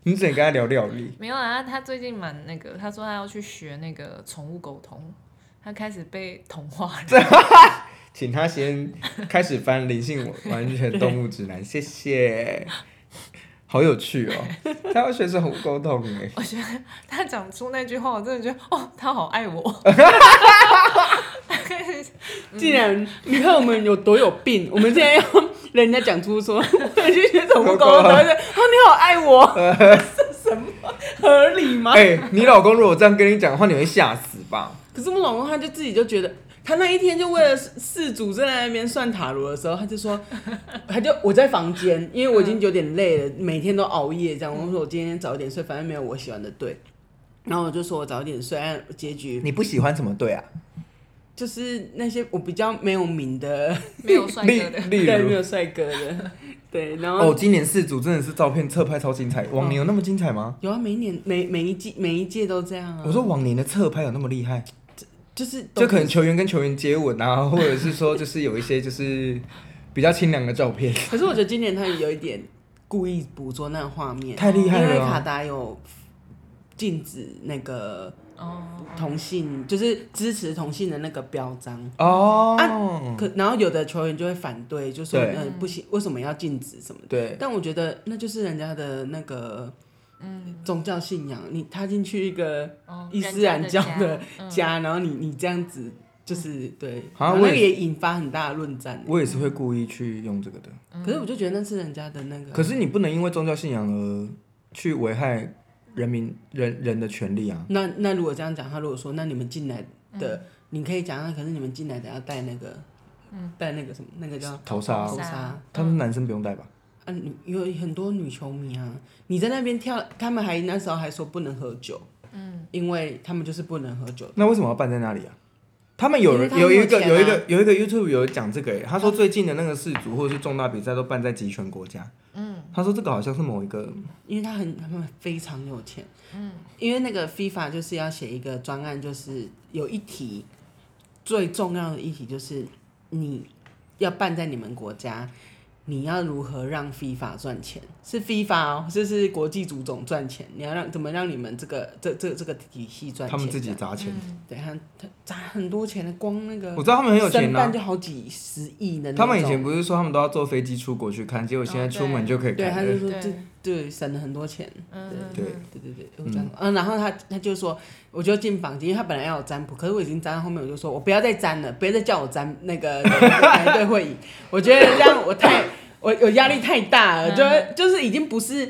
Speaker 1: 你只能跟他聊料理，
Speaker 2: 没有啊，他最近蛮那个，他说他要去学那个宠物沟通，他开始被同化了。
Speaker 1: 请他先开始翻《灵性完全动物指南》，谢谢。好有趣哦，他要学生很沟通哎。
Speaker 2: 我觉得他讲出那句话，我真的觉得哦，他好爱我。
Speaker 3: 既然你看我们有多有病，我们现在 要人家讲出说，我去学宠物沟通，
Speaker 1: 啊
Speaker 3: 他说哦，你好爱我， 是什么合理吗？
Speaker 1: 哎、你老公如果这样跟你讲的话，你会吓死吧？
Speaker 3: 可是我老公他就自己就觉得，他那一天就 为了事主正在那边算塔罗的时候，他就说， 他就我在房间，因为我已经有点 累了，每天都熬夜这样。我说我今天早一点睡，反正没有我喜欢的对。然后我就说我早一点睡，按结局
Speaker 1: 你不喜欢怎么对啊？
Speaker 3: 就是那些我比较没有名的，
Speaker 2: 没有帅
Speaker 1: 例
Speaker 2: 哥的，
Speaker 1: 例
Speaker 3: 对，没
Speaker 1: 如
Speaker 3: 有帅 哥的，对。然后
Speaker 1: 哦，今年四组真的是照片侧拍超精彩，往年有那么精彩吗？
Speaker 3: 有啊，每一年每每一季每一届都这样啊。
Speaker 1: 我说往年的侧拍有那么厉害？
Speaker 3: 就是都
Speaker 1: 就可能球员跟球员接吻啊，或者是说就是有一些就是比较清凉的照片，
Speaker 3: 可是我觉得今年他有一点故意捕捉那个画面，
Speaker 1: 太厉害
Speaker 3: 因为
Speaker 1: 了
Speaker 3: 卡
Speaker 1: 啊。
Speaker 3: 达有禁止那个
Speaker 2: 哦，
Speaker 3: 同性，就是支持同性的那个标章。
Speaker 1: 哦，
Speaker 3: 可然后有的球员就会反对，就说
Speaker 1: 对
Speaker 3: 嗯不行，为什么要禁止什么的？
Speaker 1: 对，
Speaker 3: 但我觉得那就是人家的那个嗯宗教信仰，你踏进去一个
Speaker 2: 哦
Speaker 3: 伊斯兰教的
Speaker 2: 人家家，
Speaker 3: 家，然后你你这样子就是对，
Speaker 1: 好
Speaker 3: 然后
Speaker 1: 我
Speaker 3: 那个
Speaker 1: 也
Speaker 3: 也引发很大的论战。
Speaker 1: 我也是会故意去用这个的。
Speaker 3: 可是我就觉得那是人家的那个，
Speaker 1: 可是你不能因为宗教信仰而去危害人民人人的权利啊。
Speaker 3: 那那如果这样讲，他如果说那你们进来的，你可以讲啊，可是你们进来的要带那个，带那个什么，那个叫
Speaker 1: 头纱
Speaker 2: 头
Speaker 3: 头
Speaker 2: 纱
Speaker 3: 纱
Speaker 2: 嗯
Speaker 3: 啊，
Speaker 1: 他们男生不用戴吧？
Speaker 3: 女有很多女球迷啊，你在那边跳，他们还那时候还说不能喝酒，嗯，因为他们就是不能喝酒，
Speaker 1: 那为什么要办在那里啊？他们有人
Speaker 3: 嗯因为他
Speaker 1: 有
Speaker 3: 们
Speaker 1: 一个
Speaker 3: 有钱啊
Speaker 1: 有一个有一个 YouTube 有讲这个诶、他说最近的那个世足或者是重大比赛都办在集权国家。嗯，他说这个好像是某一个
Speaker 3: 因为他很他们非常有钱，嗯，因为那个 FIFA 就是要写一个专案，就是有一题最重要的一题就是你要办在你们国家，你要如何让 FIFA 赚钱？是 FIFA 哦，就是国际足总赚钱，你要让怎么让你们这个这这这个体系赚钱？
Speaker 1: 他们自己
Speaker 3: 这样
Speaker 1: 砸钱，
Speaker 3: 对他他砸很多钱的，光那个
Speaker 1: 我知道他们很有钱
Speaker 3: 申
Speaker 1: 呐、
Speaker 3: 办就好几十亿的那种。
Speaker 1: 他们以前不是说他们都要坐飞机出国去看，结果现在
Speaker 2: 哦对
Speaker 1: 出门就可以
Speaker 3: 对，
Speaker 1: 看
Speaker 3: 他就
Speaker 1: 了。
Speaker 3: 说
Speaker 2: 嗯对
Speaker 3: 这对省了很多钱。
Speaker 2: 嗯，
Speaker 1: 对
Speaker 2: 嗯
Speaker 3: 对对对，我讲过，嗯，然后他他就说，我就进房间，因为他本来要我占卜，可是我已经占到后面，我就说我不要再占了，不要再叫我占那个排队会议，我觉得这样我太我我压力太大了，就会就是已经不是，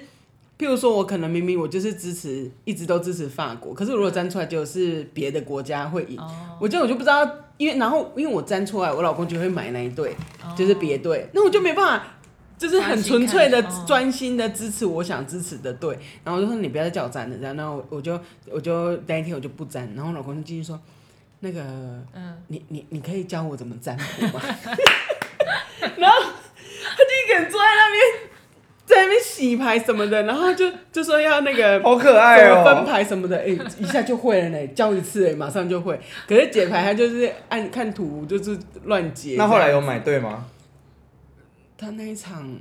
Speaker 3: 譬如说我可能明明我就是支持一直都支持法国，可是如果占出来就是别的国家会赢，我就我就不知道，因为然后因为我占出来，我老公就会买那一队，
Speaker 2: 嗯哦
Speaker 3: 就是别队，那我就没办法。就是很纯粹的
Speaker 2: 专心看哦
Speaker 3: 专心的支持我想支持的队，然后我就说你不要再叫我站了，这样，然后我我就我就那一天我就不站，然后我老公就继续说，那个，
Speaker 2: 嗯
Speaker 3: 你你你可以教我怎么占卜吗？ 然后他就一个人坐在那边，在那边洗牌什么的，然后就就说要那个
Speaker 1: 好可爱
Speaker 3: 怎
Speaker 1: 哦、
Speaker 3: 么分牌什么的，哎、一下就会了呢，教一次哎、马上就会。可是解牌他就是按看图就是乱解。
Speaker 1: 那后来有买对吗？
Speaker 3: 他那一场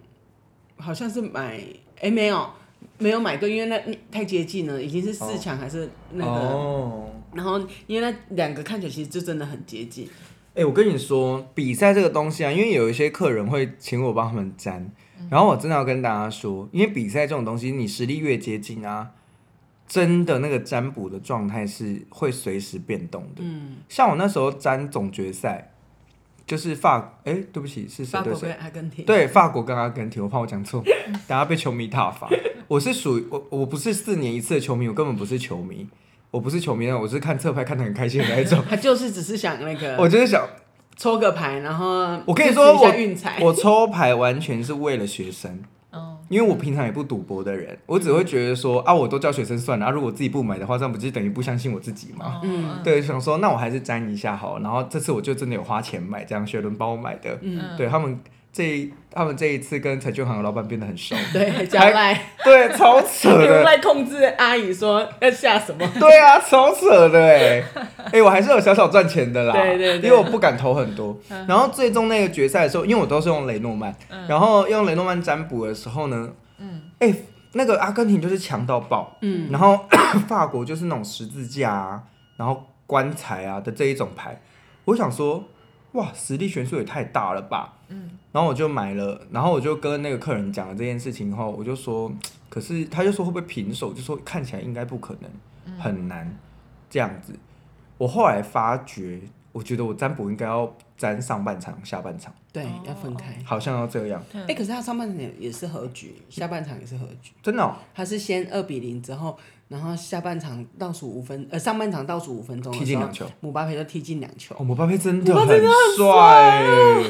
Speaker 3: 好像是买，哎、没有没有买对，因为那那太接近了，已经是四强还是那个。
Speaker 1: 哦，
Speaker 3: 然后因为那两个看起来其实就真的很接近，
Speaker 1: 哎、我跟你说，比赛这个东西啊，因为有一些客人会请我帮他们粘，然后我真的要跟大家说，因为比赛这种东西，你实力越接近啊，真的那个占卜的状态是会随时变动的。嗯，像我那时候占总决赛，就是法，哎、对不起，是谁
Speaker 3: 法
Speaker 1: 对
Speaker 3: 国
Speaker 1: 谁
Speaker 3: 跟？阿根廷。
Speaker 1: 对，法国跟阿根廷，我怕我讲 错，大家被球迷挞伐。我是属于我，我不是四年一次的球迷，我根本不是球迷，我不是球迷，我是看侧拍看得很开心的那一 种。
Speaker 3: 他就是只是想那个
Speaker 1: 我就是想，
Speaker 3: 抽个牌，然后
Speaker 1: 我跟你说
Speaker 3: 支持一
Speaker 1: 我
Speaker 3: 下运彩，
Speaker 1: 我抽牌完全是为了学生，
Speaker 2: 哦，
Speaker 1: 因为我平常也不赌博的人，我只会觉得说啊，我都叫学生算了，啊，如果自己不买的话，这样不就等于不相信我自己吗？
Speaker 2: 嗯，
Speaker 1: 对，想说那我还是沾一下好了，然后这次我就真的有花钱买，这样学伦帮我买的，
Speaker 2: 嗯
Speaker 1: 对他们这一他们这一次跟彩券行的老板变得很熟，
Speaker 3: 对，加赖
Speaker 1: 对，超 扯
Speaker 3: 用
Speaker 1: 的，
Speaker 3: 赖控制阿姨说要下什么，
Speaker 1: 对啊，超扯的哎、欸，哎、我还是有小小赚钱的啦，
Speaker 3: 对对对
Speaker 1: 因为我不敢投很多。然后最终那个决赛的时候，因为我都是用雷诺曼，然后用雷诺曼占卜的时候呢，嗯，哎、那个阿根廷就是强到爆，嗯，然后 法国就是那种十字架啊，然后棺材啊的这一种牌，我想说，哇，实力悬殊也太大了吧，嗯，然后我就买了，然后我就跟那个客人讲了这件事情后，我就说，可是他就说会不会平手，就说看起来应该不可能，很难这样子。我后来发觉，我觉得我占卜应该要占上半场、下半场，
Speaker 3: 对，要分开。
Speaker 1: 好像要这样，
Speaker 3: 哎、可是他上半场也是和局，下半场也是和局，
Speaker 1: 真的、哦、
Speaker 3: 他是先二比零之后，然后下半场倒数五分，呃，上半场倒数五分钟
Speaker 1: 踢
Speaker 3: 的
Speaker 1: 进
Speaker 3: 时候
Speaker 1: 两，球。
Speaker 3: 姆巴佩就踢进两球，
Speaker 1: 哦，姆巴佩真的很帅欸，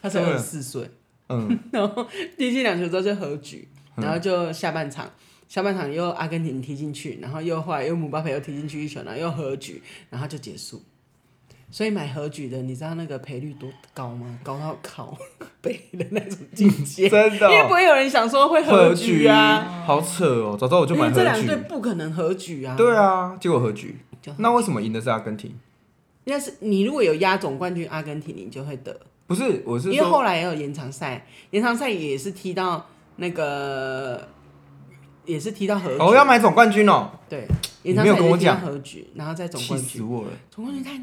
Speaker 3: 他才
Speaker 1: 真
Speaker 3: 二
Speaker 1: 的
Speaker 3: 十四岁，
Speaker 1: 嗯，
Speaker 3: 然后踢进两球之后就和局，然后就下半场。下半场又阿根廷踢进去，然后又后来又姆巴佩又踢进去一球，然后又和局，然后就结束。所以买和局的，你知道那个赔率多高吗？高到靠 背的那种境 界，
Speaker 1: 真的
Speaker 3: 因为不
Speaker 1: 哦、
Speaker 3: 会有人想说会
Speaker 1: 和
Speaker 3: 和
Speaker 1: 局
Speaker 3: 局啊，，
Speaker 1: 好扯哦！早知道我就
Speaker 3: 因
Speaker 1: 买
Speaker 3: 为这
Speaker 1: 和
Speaker 3: 两
Speaker 1: 局
Speaker 3: 队。不可能和局啊。
Speaker 1: 对啊，结果和局
Speaker 3: 就。
Speaker 1: 那为什么赢的是阿根廷？
Speaker 3: 但是你如果有压总冠军阿根廷，你就会得，
Speaker 1: 不是，我是
Speaker 3: 因为
Speaker 1: 说，
Speaker 3: 后来也有延长赛，延长赛也是踢到那个，也是踢到和局。
Speaker 1: 哦，要买总冠军哦，
Speaker 3: 对，
Speaker 1: 你
Speaker 3: 延长
Speaker 1: 没
Speaker 3: 赛
Speaker 1: 有
Speaker 3: 也
Speaker 1: 跟我
Speaker 3: 是踢到
Speaker 1: 讲
Speaker 3: 和局，然后再总
Speaker 1: 气
Speaker 3: 冠
Speaker 1: 死
Speaker 3: 军。
Speaker 1: 我了！
Speaker 3: 总冠军太，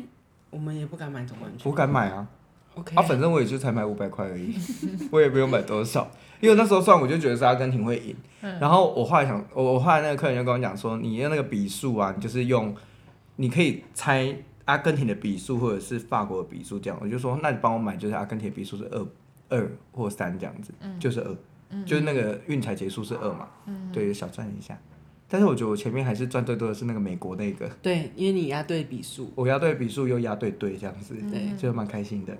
Speaker 3: 我们也不敢买总冠军。
Speaker 1: 我敢买啊，
Speaker 3: OK，
Speaker 1: 啊，反正我也就才买五百块而已， 我也不用买多少，因为那时候算我就觉得是阿根廷会赢，然后我后来想，我我后来那个客人就跟我讲说，你用那个笔数啊，你就是用，你可以猜阿根廷的笔数或者是法国的笔数这样，我就说那你帮我买就是阿根廷的笔数是二二或三这样子，就是二，就是那个运彩结束是二嘛，对，小赚一下，但是我觉得我前面还是赚最多的是那个美国那个，
Speaker 3: 对，因为你压对比数，
Speaker 1: 我押对笔数又押对对这样子，
Speaker 3: 对，
Speaker 1: 就蛮开心的。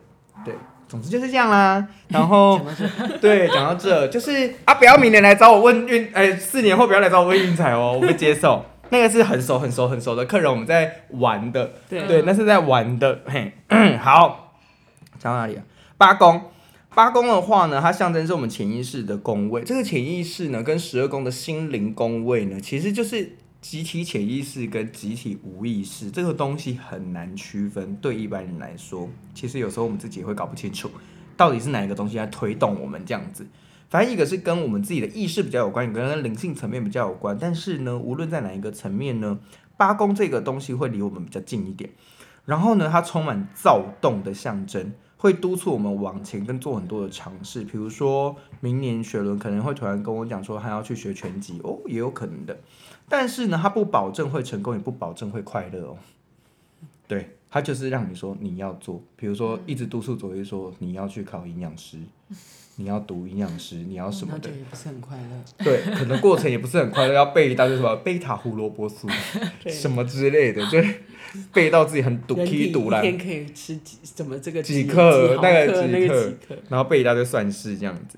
Speaker 1: 对，总之就是这样啦。然后 对，讲到这就是啊，不要明年来找我问运，哎、四年后不要来找我问运彩哦，我不接受。 那个是很熟、很熟、很熟的客人，我们在玩的，
Speaker 3: 对
Speaker 1: 对，那是在玩的。嘿， 好，讲到哪里啊？八宫，八宫的话呢，它象征是我们潜意识的宫位。这个潜意识呢，跟十二宫的心灵宫位呢，其实就是集体潜意识跟集体无意识这个东西很难区分。对一般人来说，其实有时候我们自己也会搞不清楚，到底是哪一个东西在推动我们这样子。反正一个是跟我们自己的意识比较有关，一个跟灵性层面比较有关。但是呢，无论在哪一个层面呢，八宫这个东西会离我们比较近一点。然后呢，它充满躁动的象征，会督促我们往前跟做很多的尝试。比如说明年雪伦可能会突然跟我讲说他要去学拳击，哦，也有可能的。但是呢，他不保证会成功，也不保证会快乐哦。对，他就是让你说你要做，比如说一直督促左一说你要去考营养师，你要读营养师，你要什么
Speaker 3: 那
Speaker 1: 的
Speaker 3: 就。也不是很快乐。
Speaker 1: 对，可能过程也不是很快乐，要背一大堆什么贝塔胡萝卜素
Speaker 3: 对
Speaker 1: 什么之类的，就是背到自己很堵
Speaker 3: 人体
Speaker 1: 踢
Speaker 3: 一
Speaker 1: 堵啦，
Speaker 3: 天可以吃几怎么这个
Speaker 1: 几克
Speaker 3: 克
Speaker 1: 那个
Speaker 3: 个
Speaker 1: 几
Speaker 3: 那
Speaker 1: 克
Speaker 3: 几克，
Speaker 1: 然后背一大堆算式这样子。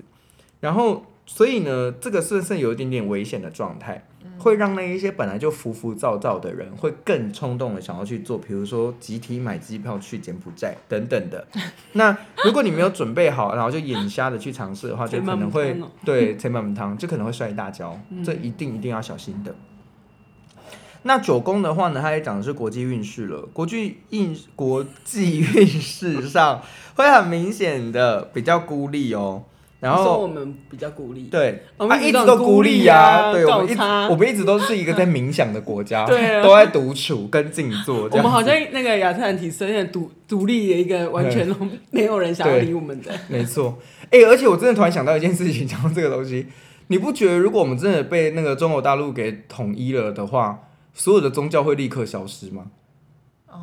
Speaker 1: 然后，所以呢，这个是是有一点点危险的状态，会让那一些本来就浮浮躁躁的人，会更冲动的想要去做，比如说集体买机票去柬埔寨等等的。 那如果你没有准备好，然后就眼瞎的去尝试的话，就可能会
Speaker 3: 千万不要哦
Speaker 1: 对，陈满汤就可能会摔大跤，这一定一定要小心的。那九宫的话呢，它也讲的是国际运势了。国际运国际运势上会很明显的比较孤立哦，然
Speaker 3: 你说
Speaker 1: 后
Speaker 3: 我们比较鼓励，
Speaker 1: 对，
Speaker 3: 我们
Speaker 1: 啊
Speaker 3: 一
Speaker 1: 一
Speaker 3: 直
Speaker 1: 直
Speaker 3: 都
Speaker 1: 都
Speaker 3: 很
Speaker 1: 孤
Speaker 3: 孤
Speaker 1: 立
Speaker 3: 立
Speaker 1: 呀、
Speaker 3: 啊
Speaker 1: 对，我们一
Speaker 3: 搞差
Speaker 1: 我们一直都是一个在冥想的国家，
Speaker 3: 对啊
Speaker 1: 都在独处跟静坐这样子。
Speaker 3: 我们好像那个亚特兰提斯那独独立的一个完全都没有人想要理我们的，
Speaker 1: 没错，哎、而且我真的突然想到一件事情，讲 到这个东西，你不觉得如果我们真的被那个中国大陆给统一了的话，所有的宗教会立刻消失吗？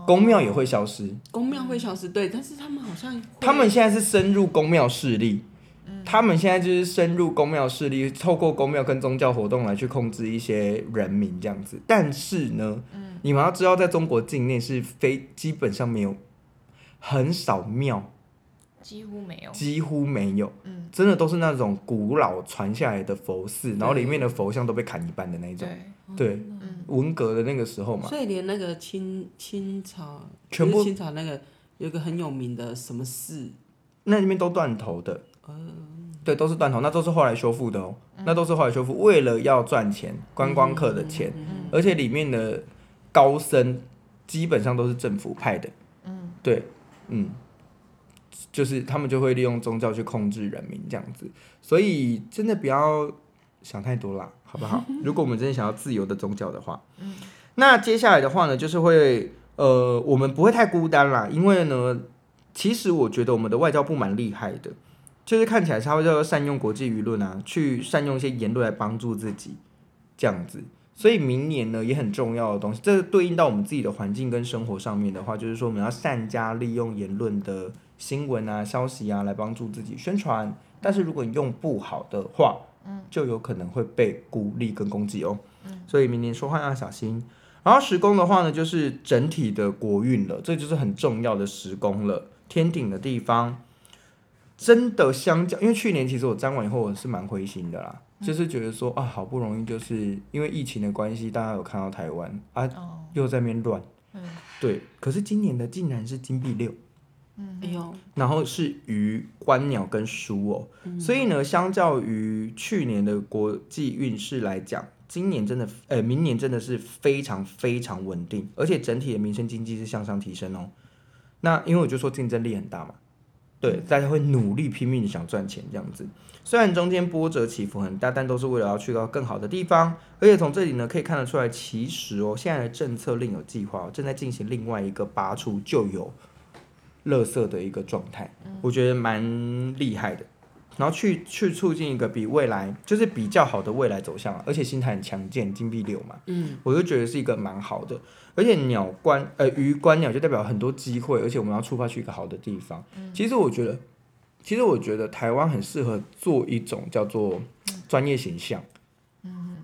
Speaker 1: 宫庙也会消失。
Speaker 3: 公庙会消失，对，但是他们好像会
Speaker 1: 他们现在是深入宫庙势力，
Speaker 2: 嗯
Speaker 1: 他们现在就是深入宫庙势力，透过宫庙跟宗教活动来去控制一些人民这样子。但是呢，
Speaker 2: 嗯
Speaker 1: 你们要知道，在中国境内是非基本上没有很少庙
Speaker 2: 几乎没有。
Speaker 1: 几乎没有，
Speaker 2: 嗯
Speaker 1: 真的都是那种古老传下来的佛寺，然后里面的佛像都被砍一半的那一种。
Speaker 2: 对，
Speaker 1: 对，
Speaker 2: 嗯
Speaker 1: 文革的那个时候嘛，
Speaker 3: 所以连那个清清朝，
Speaker 1: 全部
Speaker 3: 不是清朝那个有一个很有名的什么寺，
Speaker 1: 那里面都断头的，对，都是断头，那都是后来修复的哦，那都是后来修复，为了要赚钱，观光客的钱，而且里面的高僧基本上都是政府派的，嗯，对，嗯，就是他们就会利用宗教去控制人民这样子，所以真的不要想太多啦，好不 好？如果我们真的想要自由的宗教的话，嗯，那接下来的话呢，就是会。呃，我们不会太孤单啦，因为呢，其实我觉得我们的外交部蛮厉害的，就是看起来他会要善用国际舆论啊，去善用一些言论来帮助自己，这样子。所以明年呢也很重要的东西，这对应到我们自己的环境跟生活上面的话，就是说我们要善加利用言论的新闻啊、消息啊来帮助自己宣传。但是如果你用不好的话，就有可能会被孤立跟攻击哦。所以明年说话要小心。然后时宫的话呢，就是整体的国运了，这就是很重要的时宫了。天顶的地方，真的相较，因为去年其实我占完以后，我是蛮灰心的啦，
Speaker 2: 嗯
Speaker 1: 就是觉得说啊，好不容易就是因为疫情的关系，大家有看到台湾啊，
Speaker 2: 哦，
Speaker 1: 又在那边乱，
Speaker 2: 嗯
Speaker 1: 对。可是今年的竟然是金币六，
Speaker 3: 哎呦，
Speaker 1: 然后是鱼、观鸟跟书哦，所以呢，相较于去年的国际运势来讲，今年真的，呃，明年真的是非常非常稳定，而且整体的民生经济是向上提升哦。那因为我就说竞争力很大嘛，对，大家会努力拼命地想赚钱这样子。虽然中间波折起伏很大，但都是为了要去到更好的地方。而且从这里呢可以看得出来，其实哦，现在的政策另有计划哦、正在进行另外一个拔出就有垃圾的一个状态，我觉得蛮厉害的。然后去去促进一个比未来就是比较好的未来走向啊、而且心态很强健，金币六嘛，嗯，我就觉得是一个蛮好的。而且鸟观呃鱼观鸟就代表很多机会，而且我们要出发去一个好的地方。其实我觉得，其实我觉得台湾很适合做一种叫做专业形象。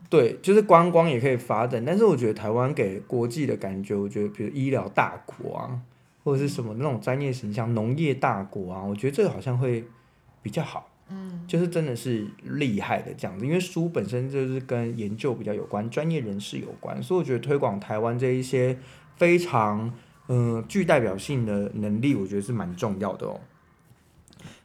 Speaker 1: 对，就是观光也可以发展，但是我觉得台湾给国际的感觉，我觉得比如医疗大国啊，或者是什么那种专业形象、农业大国啊，我觉得这个好像会比较好。嗯，就是真的是厉害的这样子，因为书本身就是跟研究比较有关，专业人士有关，所以我觉得推广台湾这一些非常嗯、呃具代表性的能力，我觉得是蛮重要的哦。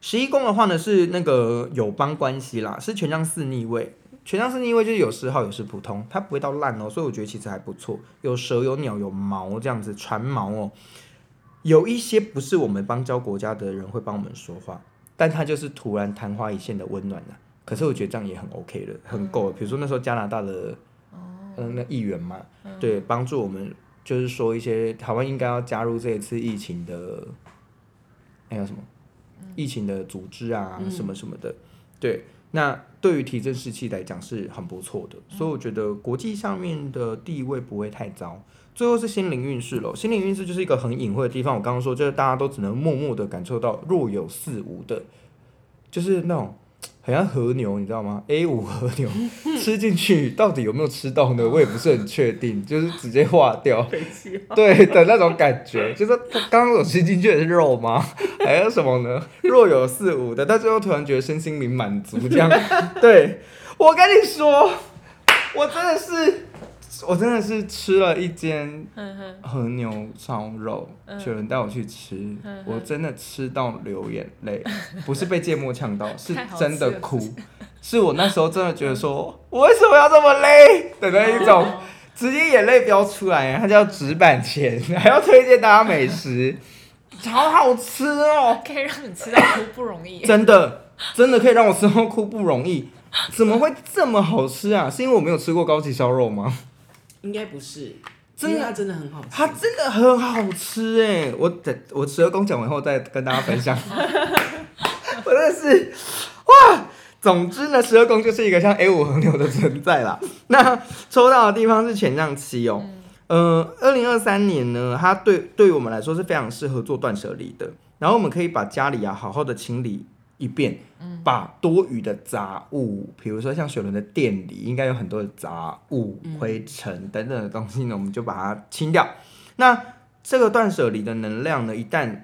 Speaker 1: 十一宫的话呢是那个友邦关系啦，是权杖四逆位，权杖四逆位就是有时好有时普通，它不会到烂哦，所以我觉得其实还不错，有蛇有鸟有毛这样子船毛哦。有一些不是我们邦交国家的人会帮我们说话，但它就是突然昙花一现的温暖啊。可是我觉得这样也很 OK 了，很够了。比如说那时候加拿大的，嗯，那议员嘛，对，帮助我们就是说一些台湾应该要加入这一次疫情的，那叫什么？疫情的组织啊，什么什么的，对。那对于提振士气来讲是很不错的，所以我觉得国际上面的地位不会太糟。最后是心灵运势咯，心灵运势就是一个很隐晦的地方。我刚刚说，就是大家都只能默默的感受到若有似无的，就是那种很像和牛，你知道吗？A 五和牛 吃进去到底有没有吃到呢？我也不是很确定，就是直接化掉， 对的那种感觉，就是它刚刚有吃进去的是肉吗？ 还有什么呢？若有似无的，但最后突然觉得身心灵满足， 这样。对，我跟你说，我真的是，我真的是吃了一间
Speaker 2: 哼嗯哼，嗯
Speaker 1: 和牛烧肉，有人带我去吃，我真的吃到流眼泪， 不是被芥末呛到，是
Speaker 2: 太好吃
Speaker 1: 真的
Speaker 2: 了
Speaker 1: 哭，是我那时候真的觉得说， 我为什么要这么累的那一种，直接眼泪飙出来，它叫纸板钱， 还要推荐大家美食，好好吃哦，
Speaker 2: 可以让你吃到哭不容易。
Speaker 1: 真的真的可以让我吃到哭不容易，怎么会这么好吃啊？是因为我没有吃过高级烧肉吗？
Speaker 3: 应该不是，
Speaker 1: 真的
Speaker 3: 因为它真的很好吃。
Speaker 1: 它真的很好吃哎！我等我十二宫讲完后再跟大家分 享。我真的是哇！总之呢，十二宫就是一个像 A 五横流的存在啦。 那抽到的地方是权杖七哦。
Speaker 3: 嗯
Speaker 1: 呃，二零二三年呢，它对对于我们来说是非常适合做断舍离的。然后我们可以把家里啊好好的清理一遍，
Speaker 3: 嗯
Speaker 1: 把多余的杂物，比如说像雪伦的店里应该有很多的杂物、
Speaker 3: 嗯
Speaker 1: 灰尘等等的东西呢，我们就把它清掉。那这个断舍离的能量呢，一旦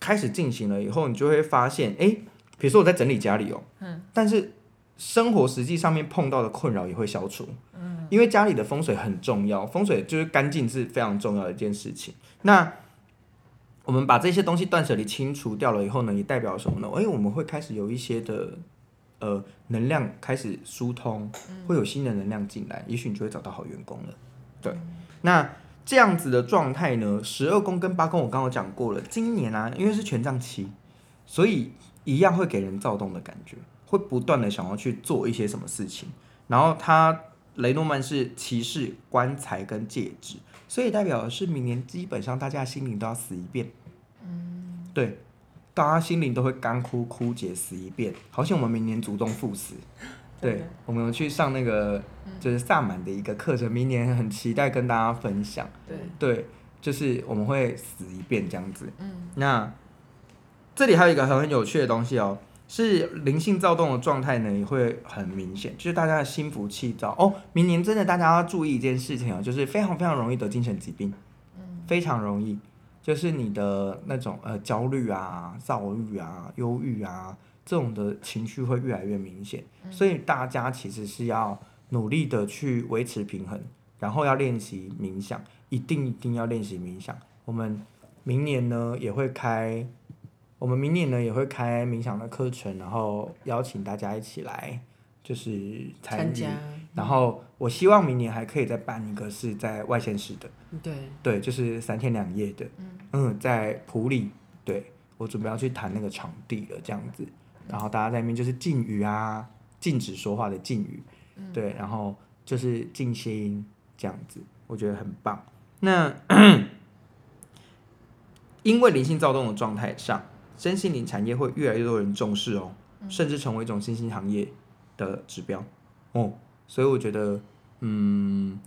Speaker 1: 开始进行了以后，你就会发现，诶，比如说我在整理家里哦，嗯，但是生活实际上面碰到的困扰也会消除，嗯，因为家里的风水很重要，风水就是干净是非常重要的一件事情。那我们把这些东西断舍离清除掉了以后呢，也代表什么呢？诶，我们会开始有一些的呃能量开始疏通，会有新的能量进来，也许你就会找到好员工了。对，那这样子的状态呢，十二宫跟八宫我刚刚有讲过了，今年啊，因为是权杖七，所以一样会给人躁动的感觉，会不断的想要去做一些什么事情。然后他雷诺曼是骑士、棺材跟戒指，所以代表的是明年基本上大家的心灵都要死一遍。嗯，对，大家心灵都会干枯枯竭死一遍。好像我们明年主动赴死。对，我们有去上那个就是萨满的一个课程，明年很期待跟大家分享。
Speaker 3: 对，
Speaker 1: 对，就是我们会死一遍这样子。嗯，那这里还有一个很有趣的东西哦，是灵性躁动的状态呢，也会很明显，就是大家的心浮气躁哦。明年真的大家要注意一件事情哦，就是非常非常容易得精神疾病，嗯，非常容易，就是你的那种呃焦虑啊、躁郁啊、忧郁啊这种的情绪会越来越明显，
Speaker 3: 嗯
Speaker 1: 所以大家其实是要努力的去维持平衡，然后要练习冥想。一定一定要练习冥想。我们明年呢也会开，我们明年呢也会开冥想的课程，然后邀请大家一起来，就是参
Speaker 3: 参
Speaker 1: 与。
Speaker 3: 加，
Speaker 1: 然后我希望明年还可以再办一个是在外县市的，
Speaker 3: 对，
Speaker 1: 对，就是三天两夜的，嗯在普里，对我准备要去谈那个场地了，这样子。然后大家在那边就是禁语啊，禁止说话的禁语，对，然后就是静心这样子，我觉得很棒。那 因为灵性躁动的状态上，身心灵产业会越来越多人重视哦，甚至成为一种新兴行业的指标哦。所以我觉得，嗯，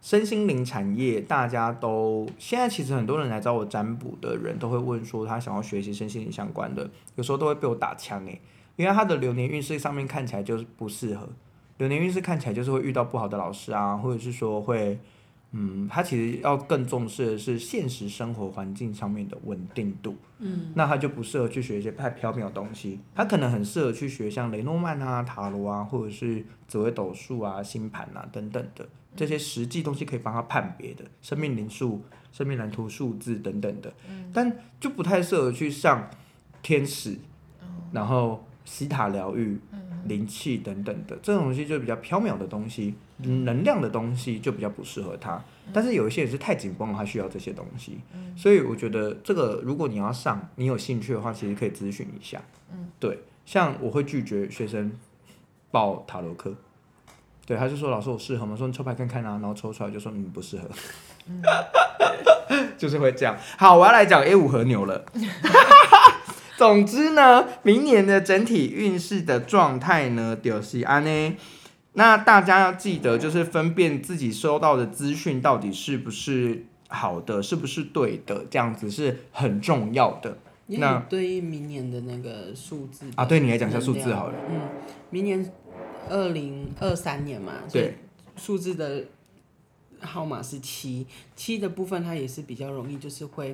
Speaker 1: 身心灵产业大家都现在其实很多人来找我占卜的人都会问说他想要学习身心灵相关的，有时候都会被我打枪诶，因为他的流年运势上面看起来就是不适合，流年运势看起来就是会遇到不好的老师啊，或者是说会。嗯，他其实要更重视的是现实生活环境上面的稳定度。嗯，那他就不适合去学一些太缥缈的东西，他可能很适合去学像雷诺曼啊、塔罗啊，或者是紫微斗数啊、星盘啊等等的这些实际东西可以帮他判别的生命灵数、生命蓝图、数字等等的。嗯，但就不太适合去上天使，然后西塔疗愈、灵气等等的这种东西，就比较缥缈的东西，能量的东西就比较不适合他。但是有一些人是太紧绷了，他需要这些东西，所以我觉得这个如果你要上，你有兴趣的话，其实可以咨询一下。嗯，对，像我会拒绝学生报塔罗课，对，他就说老师我适合吗？说你抽牌看看啊，然后抽出来就说嗯不适合， 就是会这样。好，我要来讲 A 五和牛 了。总之呢，明年的整体运势的状态呢，就是安呢。那大家要记得，就是分辨自己收到的资讯到底是不是好的，是不是对的，这样子是很重要的
Speaker 3: 也
Speaker 1: 那
Speaker 3: 很对应明年的那个数字
Speaker 1: 啊。
Speaker 3: 的
Speaker 1: 对你来讲一下
Speaker 3: 能
Speaker 1: 数字
Speaker 3: 量
Speaker 1: 好了，
Speaker 3: 嗯，明年二零二三年嘛，所以
Speaker 1: 对，
Speaker 3: 数字的号码是七，七的部分它也是比较容易，就是会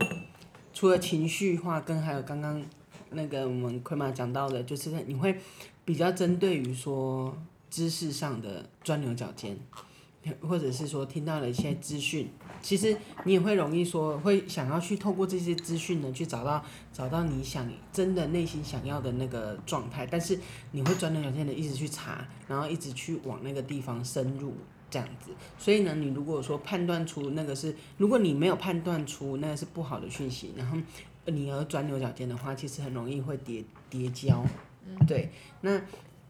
Speaker 3: 除了情绪化，跟还有刚刚那个我们坤妈讲到的，就是你会比较针对于说知识上的钻牛角尖，或者是说听到了一些资讯，其实你也会容易说会想要去透过这些资讯呢去找到找到你想真的内心想要的那个状态，但是你会钻牛角尖的一直去查，然后一直去往那个地方深入。这样子，所以呢，你如果说判断出那个是，如果你没有判断出那个是不好的讯息，然后你而钻牛角尖的话，其实很容易会叠叠交。对，那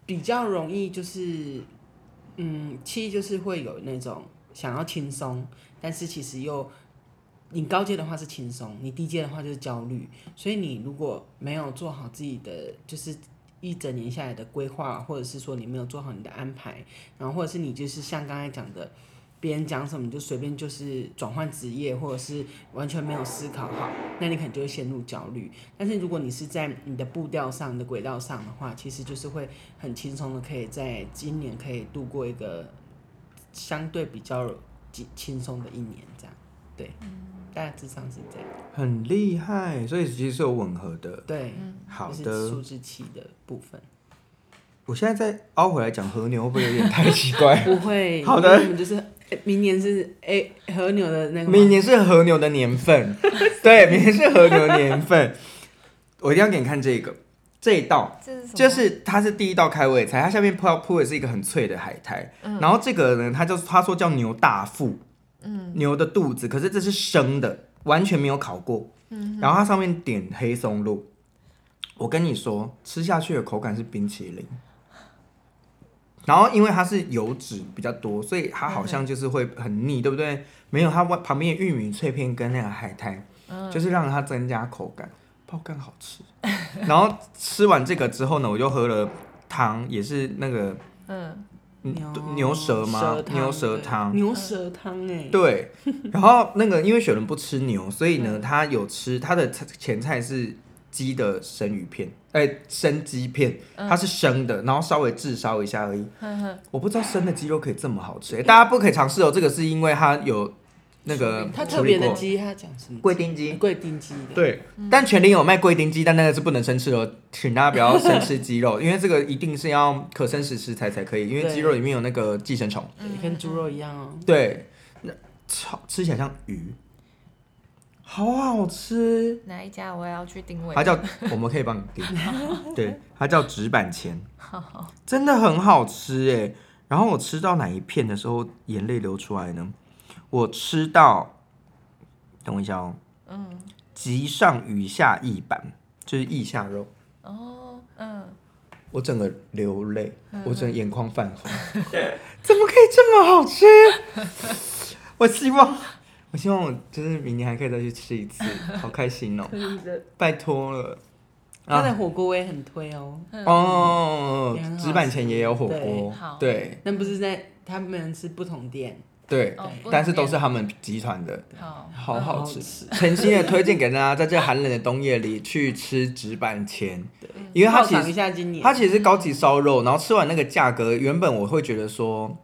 Speaker 3: 比较容易就是，嗯，七就是会有那种想要轻松，但是其实又你高阶的话是轻松，你低阶的话就是焦虑。所以你如果没有做好自己的，就是一整年下来的规划，或者是说你没有做好你的安排，然后或者是你就是像刚才讲的。别人讲什么你就随便就是转换职业，或者是完全没有思考好，那你可能就会陷入焦虑。但是如果你是在你的步调上、你的轨道上的话，其实就是会很轻松的，可以在今年可以度过一个相对比较轻轻松的一年，这样对，大致上是这样。
Speaker 1: 很厉害，所以其实是有吻合的。
Speaker 3: 对，
Speaker 1: 好
Speaker 3: 就
Speaker 1: 的
Speaker 3: 是，数字七的部分
Speaker 1: 我现在再凹回来讲和牛，会不会有点太奇 怪？
Speaker 3: 不会。
Speaker 1: 好的
Speaker 3: 因为我们就是诶明年是哎和牛的那个吗
Speaker 1: 明年是和牛的年 份，对，明年是和牛的年份。我一定要给你看这个，这一道
Speaker 2: 这是什么？
Speaker 1: 就是它是第一道开胃菜，它下面铺铺的是一个很脆的海苔，然后这个呢，它就它说叫牛大腹，嗯，牛的肚子，可是这是生的，完全没有烤过，嗯，然后它上面点黑松露，我跟你说，吃下去的口感是冰淇淋，然后因为它是油脂比较多，所以它好像就是会很腻，对不对？没有它外旁边的玉米脆片跟那个海苔，就是让它增加口感，爆干好吃。然后吃完这个之后呢，我就喝了汤，也是那个
Speaker 2: 嗯，
Speaker 1: 嗯对牛舌吗？
Speaker 3: 汤
Speaker 1: 牛舌
Speaker 3: 对
Speaker 1: 汤，
Speaker 3: 牛舌汤哎，
Speaker 1: 对。然后那个因为雪人不吃牛，所以呢，他有吃他的菜前菜是鸡的生鱼片，哎、生鸡片，它是生的，然后稍微炙烧一下而已。
Speaker 2: 哼哼，
Speaker 1: 我不知道生的鸡肉可以这么好吃、哎大家不可以尝试哦。这个是因为它有那个
Speaker 3: 它
Speaker 1: 处
Speaker 3: 特
Speaker 1: 理
Speaker 3: 别的
Speaker 1: 过
Speaker 3: 鸡，它讲什么？
Speaker 1: 贵丁鸡，
Speaker 3: 贵丁鸡的，
Speaker 1: 对，但全林有卖龟丁鸡，但那个是不能生吃的哦，请大家不要生吃鸡 肉，因为这个一定是要可生食食材才可以，因为
Speaker 3: 对
Speaker 1: 鸡肉里面有那个寄生虫。嗯
Speaker 3: 对，跟猪肉一样哦。
Speaker 1: 对，那超吃起来像鱼，好好吃。
Speaker 2: 哪一家我也要去定位
Speaker 1: 它。叫，我们可以帮你订，对，它叫纸板钱， 真的很好吃哎。然后我吃到哪一片的时候，眼泪流出来呢？我吃到，等我一下哦，嗯，极上与下翼板，就是腋下肉，
Speaker 2: 哦，嗯，
Speaker 1: 我整个流泪，我整个眼眶泛红， 怎么可以这么好吃？ 我希望，我希望我就是明年还可以再去吃一次，好开心哦！拜托了。嗯啊
Speaker 3: 它的火锅我也很推哦，
Speaker 1: 哦
Speaker 3: 也很好，吃
Speaker 1: 纸板前也有火
Speaker 3: 对
Speaker 1: 锅
Speaker 2: 好，
Speaker 1: 对
Speaker 3: 但不是在他们是不同店，
Speaker 1: 对
Speaker 2: 哦不同哦
Speaker 1: 但是都是他们集团的，
Speaker 2: 好，
Speaker 1: 哦好好吃
Speaker 3: 很好吃。
Speaker 1: 诚心的推荐给大家，在这寒冷的冬夜里去吃纸板前，因为它其
Speaker 3: 犒赏
Speaker 1: 实
Speaker 3: 一下今年
Speaker 1: 它其实是高级烧肉，然后吃完那个价格，原本我会觉得说。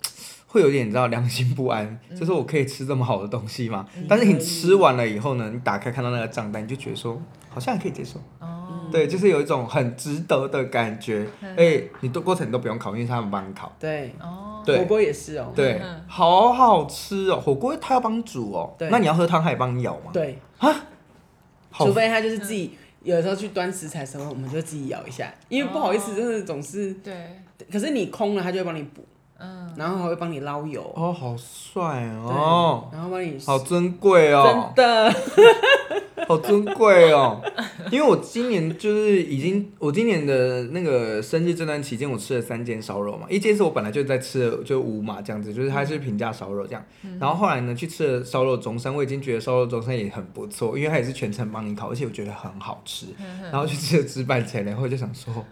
Speaker 1: 会有点你知道良心不安，
Speaker 3: 嗯
Speaker 1: 就是我可以吃这么好的东西吗？但是你吃完了以后呢，你打开看到那个账单，你就觉得说好像还可以接受，
Speaker 3: 嗯
Speaker 2: 哦，
Speaker 1: 对，就是有一种很值得的感觉。哎、你都过程都不用烤，因为他们帮你烤。
Speaker 3: 对
Speaker 2: 哦，
Speaker 1: 对
Speaker 3: 火锅也是哦，
Speaker 1: 对
Speaker 2: 嗯，
Speaker 1: 好好吃哦！火锅他要帮煮哦，
Speaker 3: 对
Speaker 1: 那你要喝汤，他也帮你舀吗？，
Speaker 3: 对，
Speaker 1: 好
Speaker 3: 除，非他就是自己。有时候去端食材的时候，我们就自己舀一下，因为不好意思，真的总是。
Speaker 2: 对，
Speaker 3: 可是你空了，他就会帮你补，
Speaker 2: 嗯，
Speaker 3: 然后还会帮你捞油，
Speaker 1: 哦，好帅
Speaker 3: 对
Speaker 1: 哦，
Speaker 3: 然后帮你
Speaker 1: 好珍贵哦
Speaker 3: 真，的，
Speaker 1: 好珍贵哦！因为我今年就是已经，我今年的那个生日这段期间，我吃了三间烧肉嘛，一间是我本来就在吃的，就五马这样子，就是它是平价烧肉这样。然后后来呢，去吃了烧肉中山，我已经觉得烧肉中山也很不错，因为它也是全程帮你烤，而且我觉得很好吃。然后去吃了纸板前，然后就想说。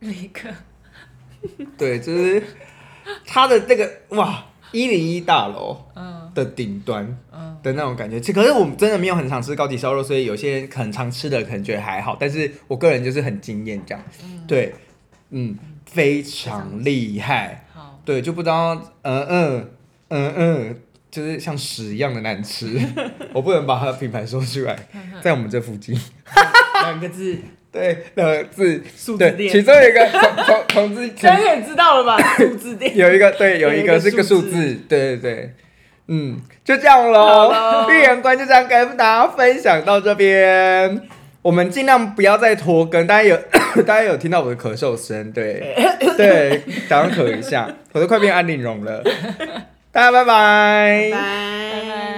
Speaker 2: 立刻，
Speaker 1: 对，就是它的那个哇，一零一大楼
Speaker 2: 嗯
Speaker 1: 的顶端
Speaker 2: 嗯，
Speaker 1: 的那种感觉。其可是我们真的没有很常吃高级烧肉，所以有些人很常吃的可能觉得还好，但是我个人就是很惊艳这样。对，嗯，非常厉害。
Speaker 2: 好，
Speaker 1: 对，就不知道，嗯嗯嗯嗯，就是像屎一样的难吃。我不能把它的品牌说出来，在我们这附近。
Speaker 3: 两个字，
Speaker 1: 对，两个字，
Speaker 3: 数字
Speaker 1: 对，
Speaker 3: 店
Speaker 1: 其中有一个从从从自
Speaker 3: 大家也知道了 吧？数字店。
Speaker 1: 有一个对，有
Speaker 3: 有一
Speaker 1: 一
Speaker 3: 个
Speaker 1: 个是个
Speaker 3: 数
Speaker 1: 数
Speaker 3: 字
Speaker 1: 字，对对对，嗯，就这样
Speaker 3: 好
Speaker 1: 喽
Speaker 3: 咯。
Speaker 1: 预言观就这样跟大家分享到这边，我们尽量不要再拖更。大家有 大家有听到我的咳嗽声，对对，打算咳一下，我都快变安陵容了。大家拜拜
Speaker 3: 拜
Speaker 2: 拜拜。